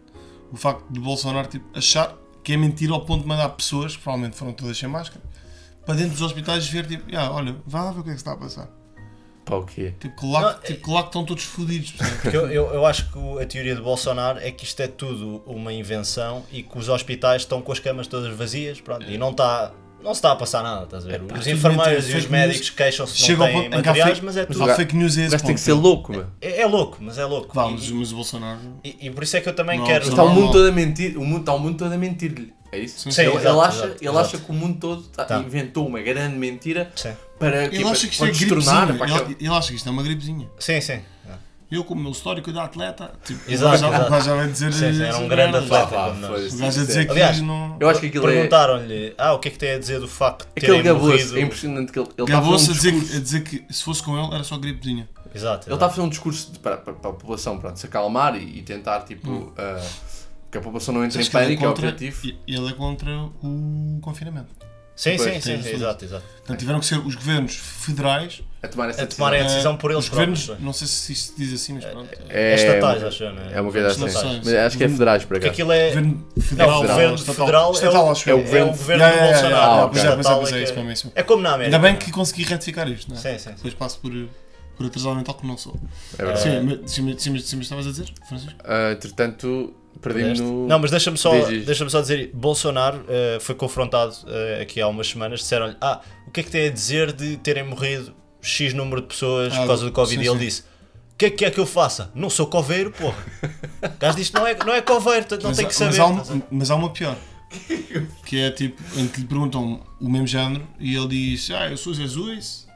[SPEAKER 1] O facto de Bolsonaro tipo, achar que é mentira ao ponto de mandar pessoas, que provavelmente foram todas sem máscara, para dentro dos hospitais ver tipo, ah, olha, vá lá ver o que é que se está a passar.
[SPEAKER 2] Pá, o quê?
[SPEAKER 1] Tipo, que lá,
[SPEAKER 3] Não, é-
[SPEAKER 1] tipo, que lá que estão todos fodidos. percebe?
[SPEAKER 3] Porque eu, eu, eu acho que o- a teoria de Bolsonaro é que isto é tudo uma invenção e que os hospitais estão com as camas todas vazias pronto, e não está. Não se está a passar nada, estás a ver?
[SPEAKER 1] pá,
[SPEAKER 3] os
[SPEAKER 1] tudo
[SPEAKER 3] enfermeiros
[SPEAKER 1] bem,
[SPEAKER 3] e os
[SPEAKER 1] fake news.
[SPEAKER 3] médicos queixam-se que
[SPEAKER 1] Chega
[SPEAKER 3] não
[SPEAKER 1] ao
[SPEAKER 3] têm
[SPEAKER 1] ponto em que há
[SPEAKER 3] materiais,
[SPEAKER 1] fake-
[SPEAKER 3] mas é
[SPEAKER 1] Mas
[SPEAKER 3] tudo.
[SPEAKER 1] há fake news a
[SPEAKER 2] O
[SPEAKER 1] esse
[SPEAKER 2] gajo
[SPEAKER 1] ponto.
[SPEAKER 2] tem que ser louco, meu.
[SPEAKER 3] É, é louco, mas é louco.
[SPEAKER 1] Vamos,
[SPEAKER 3] E,
[SPEAKER 1] mas o Bolsonaro.
[SPEAKER 3] e- e por isso é que eu também
[SPEAKER 1] Não,
[SPEAKER 3] quero.
[SPEAKER 1] mas
[SPEAKER 2] Está o mundo
[SPEAKER 1] normal.
[SPEAKER 2] todo a mentir, o mundo, está o mundo todo a mentir-lhe. É isso?
[SPEAKER 1] Sim, Sim,
[SPEAKER 2] ele,
[SPEAKER 3] exato,
[SPEAKER 2] ele acha,
[SPEAKER 3] exato,
[SPEAKER 2] ele
[SPEAKER 3] exato.
[SPEAKER 2] acha que o mundo todo tá-
[SPEAKER 3] Tá.
[SPEAKER 2] inventou uma grande mentira
[SPEAKER 3] Sim,
[SPEAKER 2] para,
[SPEAKER 1] Ele
[SPEAKER 2] tipo,
[SPEAKER 1] acha que isto
[SPEAKER 2] para
[SPEAKER 1] é gripezinha.
[SPEAKER 2] destornar. para
[SPEAKER 1] Ele,
[SPEAKER 2] aquela-
[SPEAKER 1] ele acha que isto é uma gripezinha.
[SPEAKER 3] sim. Ah, sim.
[SPEAKER 1] Eu, como meu histórico de atleta, tipo,
[SPEAKER 3] Exato,
[SPEAKER 1] o gajo-
[SPEAKER 3] exato.
[SPEAKER 1] o gajo já vai dizer.
[SPEAKER 3] Sim, sim, era um grande
[SPEAKER 1] merdas.
[SPEAKER 3] atleta.
[SPEAKER 2] Pá,
[SPEAKER 3] como nós.
[SPEAKER 2] foi-se.
[SPEAKER 1] O gajo a dizer que
[SPEAKER 3] Aliás,
[SPEAKER 1] não.
[SPEAKER 2] Eu acho que aquilo é.
[SPEAKER 3] Perguntaram-lhe, ah, o que é que tem a dizer do facto de
[SPEAKER 2] Aquele
[SPEAKER 3] terem
[SPEAKER 2] gaboso,
[SPEAKER 3] morrido?
[SPEAKER 2] é impressionante que ele ele está a fazer um
[SPEAKER 1] Gabou-se a dizer,
[SPEAKER 2] discurso.
[SPEAKER 1] que- é a dizer que se fosse com ele era só gripezinha.
[SPEAKER 3] Exato.
[SPEAKER 2] Ele está a fazer um discurso de- para, para- para a população, pronto, se acalmar e, e tentar, tipo, ah, que a população não entre
[SPEAKER 1] Sabes
[SPEAKER 2] em
[SPEAKER 1] Hum. que ele
[SPEAKER 2] pânico, é o
[SPEAKER 1] contra-
[SPEAKER 2] objetivo.
[SPEAKER 1] e- Ele é contra o confinamento.
[SPEAKER 2] tá-
[SPEAKER 3] Sim, sim,
[SPEAKER 2] Pois,
[SPEAKER 3] sim,
[SPEAKER 1] tem isso.
[SPEAKER 3] exato, exato.
[SPEAKER 1] Portanto, tiveram que ser os governos federais.
[SPEAKER 2] A tomar essa
[SPEAKER 3] A tomarem É. a
[SPEAKER 1] eh,
[SPEAKER 3] decisão por eles
[SPEAKER 1] os governos,
[SPEAKER 3] próprios. não é?
[SPEAKER 1] não sei se isto se diz assim, mas pronto.
[SPEAKER 2] decisão.
[SPEAKER 3] É estatais,
[SPEAKER 2] uma-
[SPEAKER 3] acho eu, não é?
[SPEAKER 2] É uma coisa assim.
[SPEAKER 1] Governos nacionais.
[SPEAKER 2] Mas acho que é federais, por
[SPEAKER 3] Porque
[SPEAKER 2] acaso.
[SPEAKER 3] aquilo é.
[SPEAKER 1] Governo
[SPEAKER 3] Não,
[SPEAKER 1] federal.
[SPEAKER 3] o governo
[SPEAKER 1] estatal.
[SPEAKER 3] federal é
[SPEAKER 1] Estatal, acho
[SPEAKER 3] o-
[SPEAKER 1] eu.
[SPEAKER 3] é o governo do
[SPEAKER 1] Ya, ya, ya, ya,
[SPEAKER 3] Bolsonaro.
[SPEAKER 1] pois
[SPEAKER 2] Ah, pois é,
[SPEAKER 3] o
[SPEAKER 1] é,
[SPEAKER 3] estatal
[SPEAKER 1] pois é,
[SPEAKER 3] que-
[SPEAKER 1] isso mesmo, é isso mesmo.
[SPEAKER 3] É como na América.
[SPEAKER 1] Ainda bem que consegui retificar isto, não é?
[SPEAKER 3] Sim, sim, sim.
[SPEAKER 1] Depois passo por, por atrasado mental que não sou.
[SPEAKER 2] É verdade.
[SPEAKER 1] Sim, mas, sim, mas, sim, mas, sim, mas estavas a dizer, Francisco?
[SPEAKER 2] Ah, entretanto, perdi-me
[SPEAKER 3] Deste.
[SPEAKER 2] no.
[SPEAKER 3] Não, mas deixa-me só,
[SPEAKER 2] Diz, diz.
[SPEAKER 3] deixa só dizer, Bolsonaro eh, foi confrontado eh, aqui há umas semanas, disseram-lhe, ah, o que é que tem a dizer de terem morrido X número de pessoas
[SPEAKER 1] Ah,
[SPEAKER 3] por causa do Covid?
[SPEAKER 1] sim,
[SPEAKER 3] e ele
[SPEAKER 1] sim.
[SPEAKER 3] disse, o que é que é que eu faça? Não sou coveiro, porra. O gajo disse, não é, não é coveiro, portanto não
[SPEAKER 1] mas,
[SPEAKER 3] tem
[SPEAKER 1] há-
[SPEAKER 3] que saber.
[SPEAKER 1] Mas há, uma, mas há uma
[SPEAKER 3] *laughs*
[SPEAKER 1] pior. Que é tipo, em que lhe perguntam o mesmo género e ele diz: Ah, eu sou Jesus,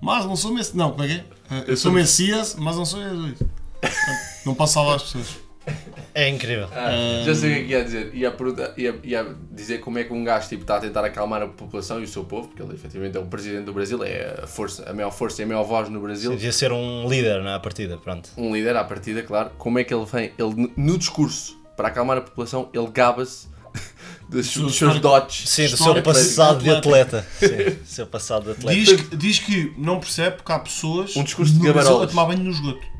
[SPEAKER 1] mas não sou Messias. Não, como é que é? Ah, Eu sou Messias, mas não sou
[SPEAKER 3] *laughs*
[SPEAKER 1] Jesus. Não posso salvar as pessoas. um-
[SPEAKER 3] É incrível.
[SPEAKER 2] Ah, já sei
[SPEAKER 1] hum.
[SPEAKER 2] o que é que ia dizer. Ia, perguntar- ia- ia dizer como é que um gajo tipo, está a tentar acalmar a população e o seu povo, porque ele efetivamente é o presidente do Brasil, é a, força, a maior força e a maior voz no Brasil.
[SPEAKER 3] Devia ser um líder na partida, pronto.
[SPEAKER 2] um líder à partida, claro, como é que ele vem? Ele, no discurso, para acalmar a população, ele gaba-se *laughs*
[SPEAKER 1] Seu
[SPEAKER 2] dos, dos seus
[SPEAKER 1] histórico.
[SPEAKER 2] dotes.
[SPEAKER 3] Sim, do seu
[SPEAKER 1] Histórico
[SPEAKER 3] passado de
[SPEAKER 1] atleta.
[SPEAKER 3] atleta. Sim, do seu passado de atleta.
[SPEAKER 1] Diz, que- diz que não percebe porque há pessoas
[SPEAKER 2] Um discurso de
[SPEAKER 1] no Brasil
[SPEAKER 2] gabarolas.
[SPEAKER 1] a tomar banho no esgoto.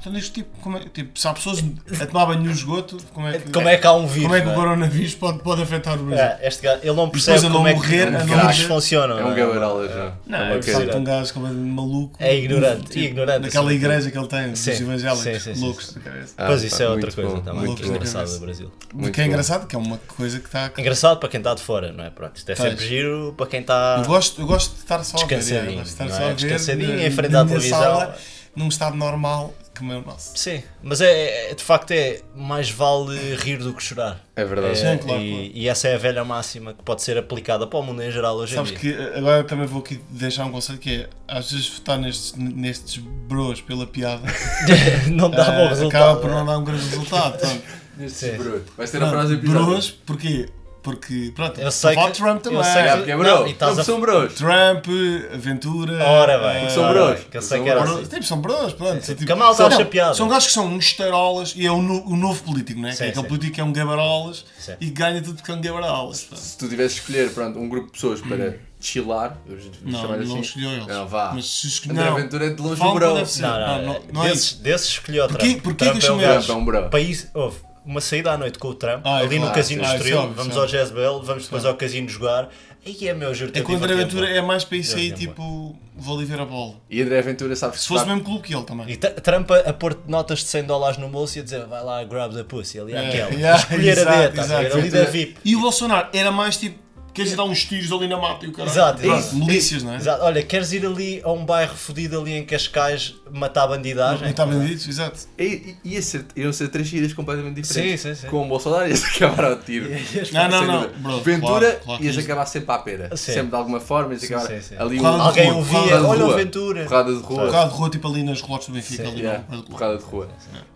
[SPEAKER 1] Então, diz, tipo, como é, tipo, se há pessoas a tomar banho no esgoto, como é que,
[SPEAKER 3] Como é que há um vírus?
[SPEAKER 1] como é que
[SPEAKER 3] não
[SPEAKER 1] o
[SPEAKER 3] é?
[SPEAKER 1] coronavírus pode, pode afetar o Brasil?
[SPEAKER 3] É, este gajo, ele não percebe
[SPEAKER 1] a não
[SPEAKER 3] como é que
[SPEAKER 1] morrer, a
[SPEAKER 3] os
[SPEAKER 1] não
[SPEAKER 3] vírus
[SPEAKER 2] morrer.
[SPEAKER 3] funcionam.
[SPEAKER 2] É
[SPEAKER 3] não
[SPEAKER 2] um gabarola já.
[SPEAKER 1] Não,
[SPEAKER 2] É uma
[SPEAKER 1] é
[SPEAKER 2] coisa.
[SPEAKER 1] preciso um gajo completamente maluco.
[SPEAKER 3] É ignorante,
[SPEAKER 1] Tipo,
[SPEAKER 3] e ignorante,
[SPEAKER 1] Naquela
[SPEAKER 3] sobretudo.
[SPEAKER 1] igreja que ele tem, dos
[SPEAKER 3] Sim,
[SPEAKER 1] evangélicos,
[SPEAKER 3] sim, sim, sim,
[SPEAKER 1] loucos
[SPEAKER 3] sim.
[SPEAKER 1] da cabeça.
[SPEAKER 2] Ah,
[SPEAKER 3] Pois isso
[SPEAKER 2] pá,
[SPEAKER 3] é outra
[SPEAKER 2] muito
[SPEAKER 3] coisa,
[SPEAKER 2] bom,
[SPEAKER 3] está
[SPEAKER 2] muito
[SPEAKER 3] muito
[SPEAKER 1] bom.
[SPEAKER 3] engraçado no Brasil.
[SPEAKER 1] O
[SPEAKER 2] Muito
[SPEAKER 1] que é
[SPEAKER 2] bom.
[SPEAKER 1] engraçado, que é uma coisa que está.
[SPEAKER 3] Engraçado para quem está de fora, não é? Pronto, isto é
[SPEAKER 1] Pois.
[SPEAKER 3] sempre giro para quem está
[SPEAKER 1] Eu gosto, eu gosto de estar só a ver.
[SPEAKER 3] Descansadinho,
[SPEAKER 1] eu gosto de estar
[SPEAKER 3] não
[SPEAKER 1] só
[SPEAKER 3] é?
[SPEAKER 1] a ver.
[SPEAKER 3] Descansadinho,
[SPEAKER 1] na-
[SPEAKER 3] em frente à
[SPEAKER 1] na minha
[SPEAKER 3] televisão.
[SPEAKER 1] sala, num estado normal como é o nosso.
[SPEAKER 3] Sim, mas é, é- de facto é mais vale rir do que chorar.
[SPEAKER 2] É verdade.
[SPEAKER 1] Sim, claro,
[SPEAKER 3] e,
[SPEAKER 1] claro.
[SPEAKER 3] e essa é a velha máxima que pode ser aplicada para o mundo em geral hoje em
[SPEAKER 1] Sabes
[SPEAKER 3] dia.
[SPEAKER 1] que eh, agora também vou aqui deixar um conselho que é: às vezes votar nestes, nestes bros pela piada
[SPEAKER 3] *laughs* não *laughs* dá bom
[SPEAKER 1] eh,
[SPEAKER 3] resultado.
[SPEAKER 1] acaba por
[SPEAKER 3] não é?
[SPEAKER 1] não dar um grande resultado. Portanto,
[SPEAKER 2] Nestes bro. Vai ser a
[SPEAKER 1] pronto,
[SPEAKER 2] frase do
[SPEAKER 1] bros,
[SPEAKER 2] episódio.
[SPEAKER 1] porquê? Porque, pronto,
[SPEAKER 3] Eu sei
[SPEAKER 1] voto
[SPEAKER 3] que-
[SPEAKER 1] Trump
[SPEAKER 3] eu
[SPEAKER 1] também.
[SPEAKER 3] sei que-
[SPEAKER 2] É, porque é bro.
[SPEAKER 3] Não, e
[SPEAKER 2] Não,
[SPEAKER 3] estás
[SPEAKER 2] porque
[SPEAKER 3] a-
[SPEAKER 2] são bros.
[SPEAKER 1] Trump, Aventura.
[SPEAKER 3] Ora bem,
[SPEAKER 1] eh,
[SPEAKER 2] São
[SPEAKER 3] ora bem,
[SPEAKER 2] bros.
[SPEAKER 3] que eu sei
[SPEAKER 2] São
[SPEAKER 3] que era
[SPEAKER 2] bros.
[SPEAKER 3] assim.
[SPEAKER 1] Tipo, são brothers, pronto. São, tipo,
[SPEAKER 3] que a malta
[SPEAKER 1] são-
[SPEAKER 3] acha
[SPEAKER 1] não,
[SPEAKER 3] piada.
[SPEAKER 1] São gajos que são uns estarolas e é o, no- o novo político, não é?
[SPEAKER 3] Sim,
[SPEAKER 1] que é aquele
[SPEAKER 3] sim.
[SPEAKER 1] político que é um gabarolas
[SPEAKER 3] Sim.
[SPEAKER 1] e ganha tudo porque é um gabarolas. pronto.
[SPEAKER 2] Se tu tivesse de escolher pronto, um grupo de pessoas para chilar, vamos
[SPEAKER 1] Não,
[SPEAKER 2] chamar assim.
[SPEAKER 1] não escolheu eles.
[SPEAKER 2] Não, vá.
[SPEAKER 1] Mas se escolheu.
[SPEAKER 2] André Ventura é de longe um
[SPEAKER 1] Fala
[SPEAKER 2] bro.
[SPEAKER 1] qual deve ser.
[SPEAKER 3] Não, não,
[SPEAKER 1] Não, não- não é
[SPEAKER 3] desses, desses escolheu o Trump.
[SPEAKER 1] Porquê- porquê
[SPEAKER 3] Trump
[SPEAKER 1] que
[SPEAKER 3] é um
[SPEAKER 1] eu chamei-
[SPEAKER 2] Trump é um bro.
[SPEAKER 3] país, houve uma saída à noite com o Trump,
[SPEAKER 1] Ah, é
[SPEAKER 3] ali no
[SPEAKER 1] claro,
[SPEAKER 3] Casino
[SPEAKER 1] sim. Ah, isso é
[SPEAKER 3] Estoril,
[SPEAKER 1] óbvio,
[SPEAKER 3] vamos
[SPEAKER 1] sim.
[SPEAKER 3] ao Jezebel, vamos depois ao Casino jogar, e é meu, juro
[SPEAKER 1] É que o André Ventura é mais para isso aí,
[SPEAKER 3] Eu lembro.
[SPEAKER 1] tipo, vou ali ver a bola.
[SPEAKER 2] E André Ventura sabe
[SPEAKER 1] Se fosse o mesmo clube que ele também.
[SPEAKER 3] E tra- Trump a, a pôr notas de 100 dólares no bolso e a dizer vai lá, grab the pussy, ali
[SPEAKER 1] É,
[SPEAKER 3] aquela.
[SPEAKER 1] yeah,
[SPEAKER 3] Escolher
[SPEAKER 1] *laughs* exato,
[SPEAKER 3] a dieta,
[SPEAKER 1] exato.
[SPEAKER 3] exato, ali da VIP.
[SPEAKER 1] E o Bolsonaro era mais tipo, queres ir dar uns tiros ali na mata e o cara.
[SPEAKER 3] Exato, isso,
[SPEAKER 1] Milícias, não é?
[SPEAKER 3] Exato. Olha, queres ir ali a um bairro fodido ali em Cascais matar bandidagem?
[SPEAKER 1] Não tá está vendidos, exato.
[SPEAKER 2] E, e ia ser, iam ser três saídas completamente diferentes.
[SPEAKER 3] Sim, sim, sim.
[SPEAKER 2] Com o Bolsonaro ia-se *laughs* acabar ao tiro.
[SPEAKER 1] Não, não,
[SPEAKER 2] Sem
[SPEAKER 1] não.
[SPEAKER 2] dúvida.
[SPEAKER 1] Bro,
[SPEAKER 2] Ventura
[SPEAKER 1] claro, claro que
[SPEAKER 2] ias
[SPEAKER 1] isto-
[SPEAKER 2] acabar sempre à pera.
[SPEAKER 3] Sim.
[SPEAKER 2] Sempre de alguma forma, ias acabar
[SPEAKER 3] sim, sim.
[SPEAKER 2] ali um
[SPEAKER 1] Porrada de
[SPEAKER 3] Alguém
[SPEAKER 1] rua,
[SPEAKER 3] ouvia,
[SPEAKER 1] porrada de
[SPEAKER 3] olha o
[SPEAKER 2] rua,
[SPEAKER 3] Ventura.
[SPEAKER 2] Porrada de rua.
[SPEAKER 1] Um bocado de rua, tipo ali nas relotes do Benfica. ali
[SPEAKER 2] Yeah,
[SPEAKER 1] no-
[SPEAKER 2] porrada de rua.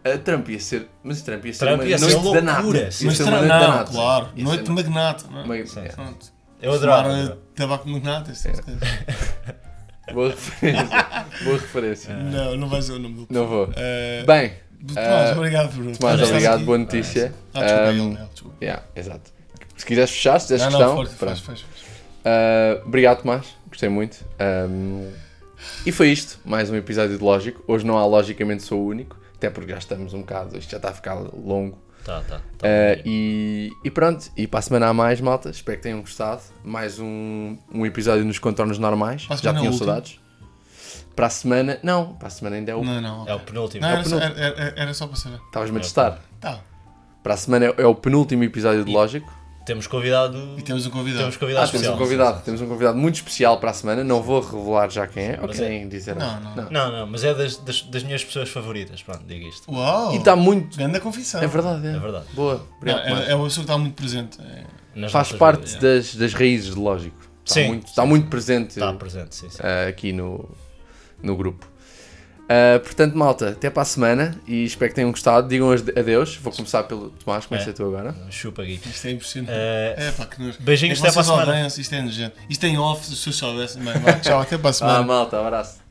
[SPEAKER 2] A Trump ia ser. Mas a Trump ia ser
[SPEAKER 3] Trump
[SPEAKER 2] uma
[SPEAKER 3] ia ser
[SPEAKER 2] noite
[SPEAKER 3] loucura,
[SPEAKER 2] danada. Ia
[SPEAKER 3] sim.
[SPEAKER 2] ser
[SPEAKER 1] Mas
[SPEAKER 2] uma
[SPEAKER 1] tra-
[SPEAKER 2] noite
[SPEAKER 1] não,
[SPEAKER 2] danada.
[SPEAKER 1] claro.
[SPEAKER 2] Ia ser
[SPEAKER 1] noite
[SPEAKER 2] uma-
[SPEAKER 1] magnata. não é?
[SPEAKER 2] uma- é,
[SPEAKER 1] Pronto.
[SPEAKER 3] Eu
[SPEAKER 1] Fumar
[SPEAKER 3] adorava.
[SPEAKER 1] eh, tabaco magnata. esse tipo
[SPEAKER 2] *laughs*
[SPEAKER 1] de coisa.
[SPEAKER 2] Boa
[SPEAKER 1] *laughs*
[SPEAKER 2] referência. Boa referência.
[SPEAKER 1] Não, não vais dizer o nome do.
[SPEAKER 2] Não vou.
[SPEAKER 1] Eh,
[SPEAKER 2] Bem,
[SPEAKER 1] Tomás,
[SPEAKER 2] eh,
[SPEAKER 1] obrigado por. por
[SPEAKER 2] Tomás,
[SPEAKER 1] estar
[SPEAKER 2] obrigado. Ehm,
[SPEAKER 1] aqui.
[SPEAKER 2] Boa notícia.
[SPEAKER 1] Ah, desculpa,
[SPEAKER 2] Ahm,
[SPEAKER 1] ele, não, desculpa.
[SPEAKER 2] yeah, exato. Se quiseres fechar, se
[SPEAKER 1] Não,
[SPEAKER 2] tiveres
[SPEAKER 1] não,
[SPEAKER 2] questão.
[SPEAKER 1] força,
[SPEAKER 2] pronto.
[SPEAKER 1] faz, faz, faz.
[SPEAKER 2] Uh, obrigado, Tomás. Gostei muito. Um, e foi isto. Mais um episódio de Lógico. Hoje não há Logicamente Sou o Único. Até porque já estamos um bocado. Isto já está a ficar longo.
[SPEAKER 3] Tá, tá. tá.
[SPEAKER 2] Uh, e, e pronto. E para a semana há mais, malta. Espero que tenham gostado. Mais um, um episódio nos contornos normais.
[SPEAKER 1] Para a
[SPEAKER 2] Já
[SPEAKER 1] semana é o
[SPEAKER 2] tinham
[SPEAKER 1] último?
[SPEAKER 2] saudades. Para a semana. Não, para a semana ainda é o.
[SPEAKER 1] Não, não.
[SPEAKER 3] É o
[SPEAKER 1] ok.
[SPEAKER 3] penúltimo.
[SPEAKER 1] Não,
[SPEAKER 3] É o
[SPEAKER 1] era só, era, era- era só para saber.
[SPEAKER 2] Estavas-me a testar.
[SPEAKER 1] Tá.
[SPEAKER 2] Para a semana é, é o penúltimo episódio de Lógico.
[SPEAKER 3] penúltimo. Temos convidado.
[SPEAKER 1] E temos um convidado.
[SPEAKER 3] Temos convidado
[SPEAKER 2] Ah, temos
[SPEAKER 3] especial.
[SPEAKER 2] um convidado. Temos um convidado muito especial para a semana. Não vou revelar já quem é. Ou
[SPEAKER 3] mas
[SPEAKER 2] que nem dizer.
[SPEAKER 1] Não, não.
[SPEAKER 3] Não, não, mas é das, das, das minhas pessoas favoritas. Pronto, digo isto.
[SPEAKER 1] Uau!
[SPEAKER 2] E está muito.
[SPEAKER 1] Grande confissão.
[SPEAKER 2] É verdade, é.
[SPEAKER 3] É verdade.
[SPEAKER 2] Boa.
[SPEAKER 1] Não,
[SPEAKER 2] Obrigado, Tomás.
[SPEAKER 1] é, é uma pessoa que está muito presente. É.
[SPEAKER 3] Nas
[SPEAKER 2] Faz
[SPEAKER 3] nossas
[SPEAKER 2] parte
[SPEAKER 3] vidas.
[SPEAKER 2] das, das raízes de lógico. Está
[SPEAKER 3] é. Sim.
[SPEAKER 2] muito, está muito presente
[SPEAKER 3] Está presente, sim, sim.
[SPEAKER 2] eh, aqui no, no grupo. Uh, portanto, malta, até para a semana e espero que tenham gostado. Digam as- adeus. Vou começar pelo Tomás, começa
[SPEAKER 3] É.
[SPEAKER 2] tu agora.
[SPEAKER 3] Chupa aqui.
[SPEAKER 1] Isto é impressionante.
[SPEAKER 3] Eh,
[SPEAKER 1] É pá, que nojo.
[SPEAKER 3] beijinhos,
[SPEAKER 1] É,
[SPEAKER 3] até para a
[SPEAKER 1] vocês
[SPEAKER 3] semana.
[SPEAKER 1] odeiam-se, Isto é nojento. Isto tem off, se eu soubesse. Bem, vá, tchau, até para a
[SPEAKER 2] Ah,
[SPEAKER 1] semana.
[SPEAKER 2] malta, abraço.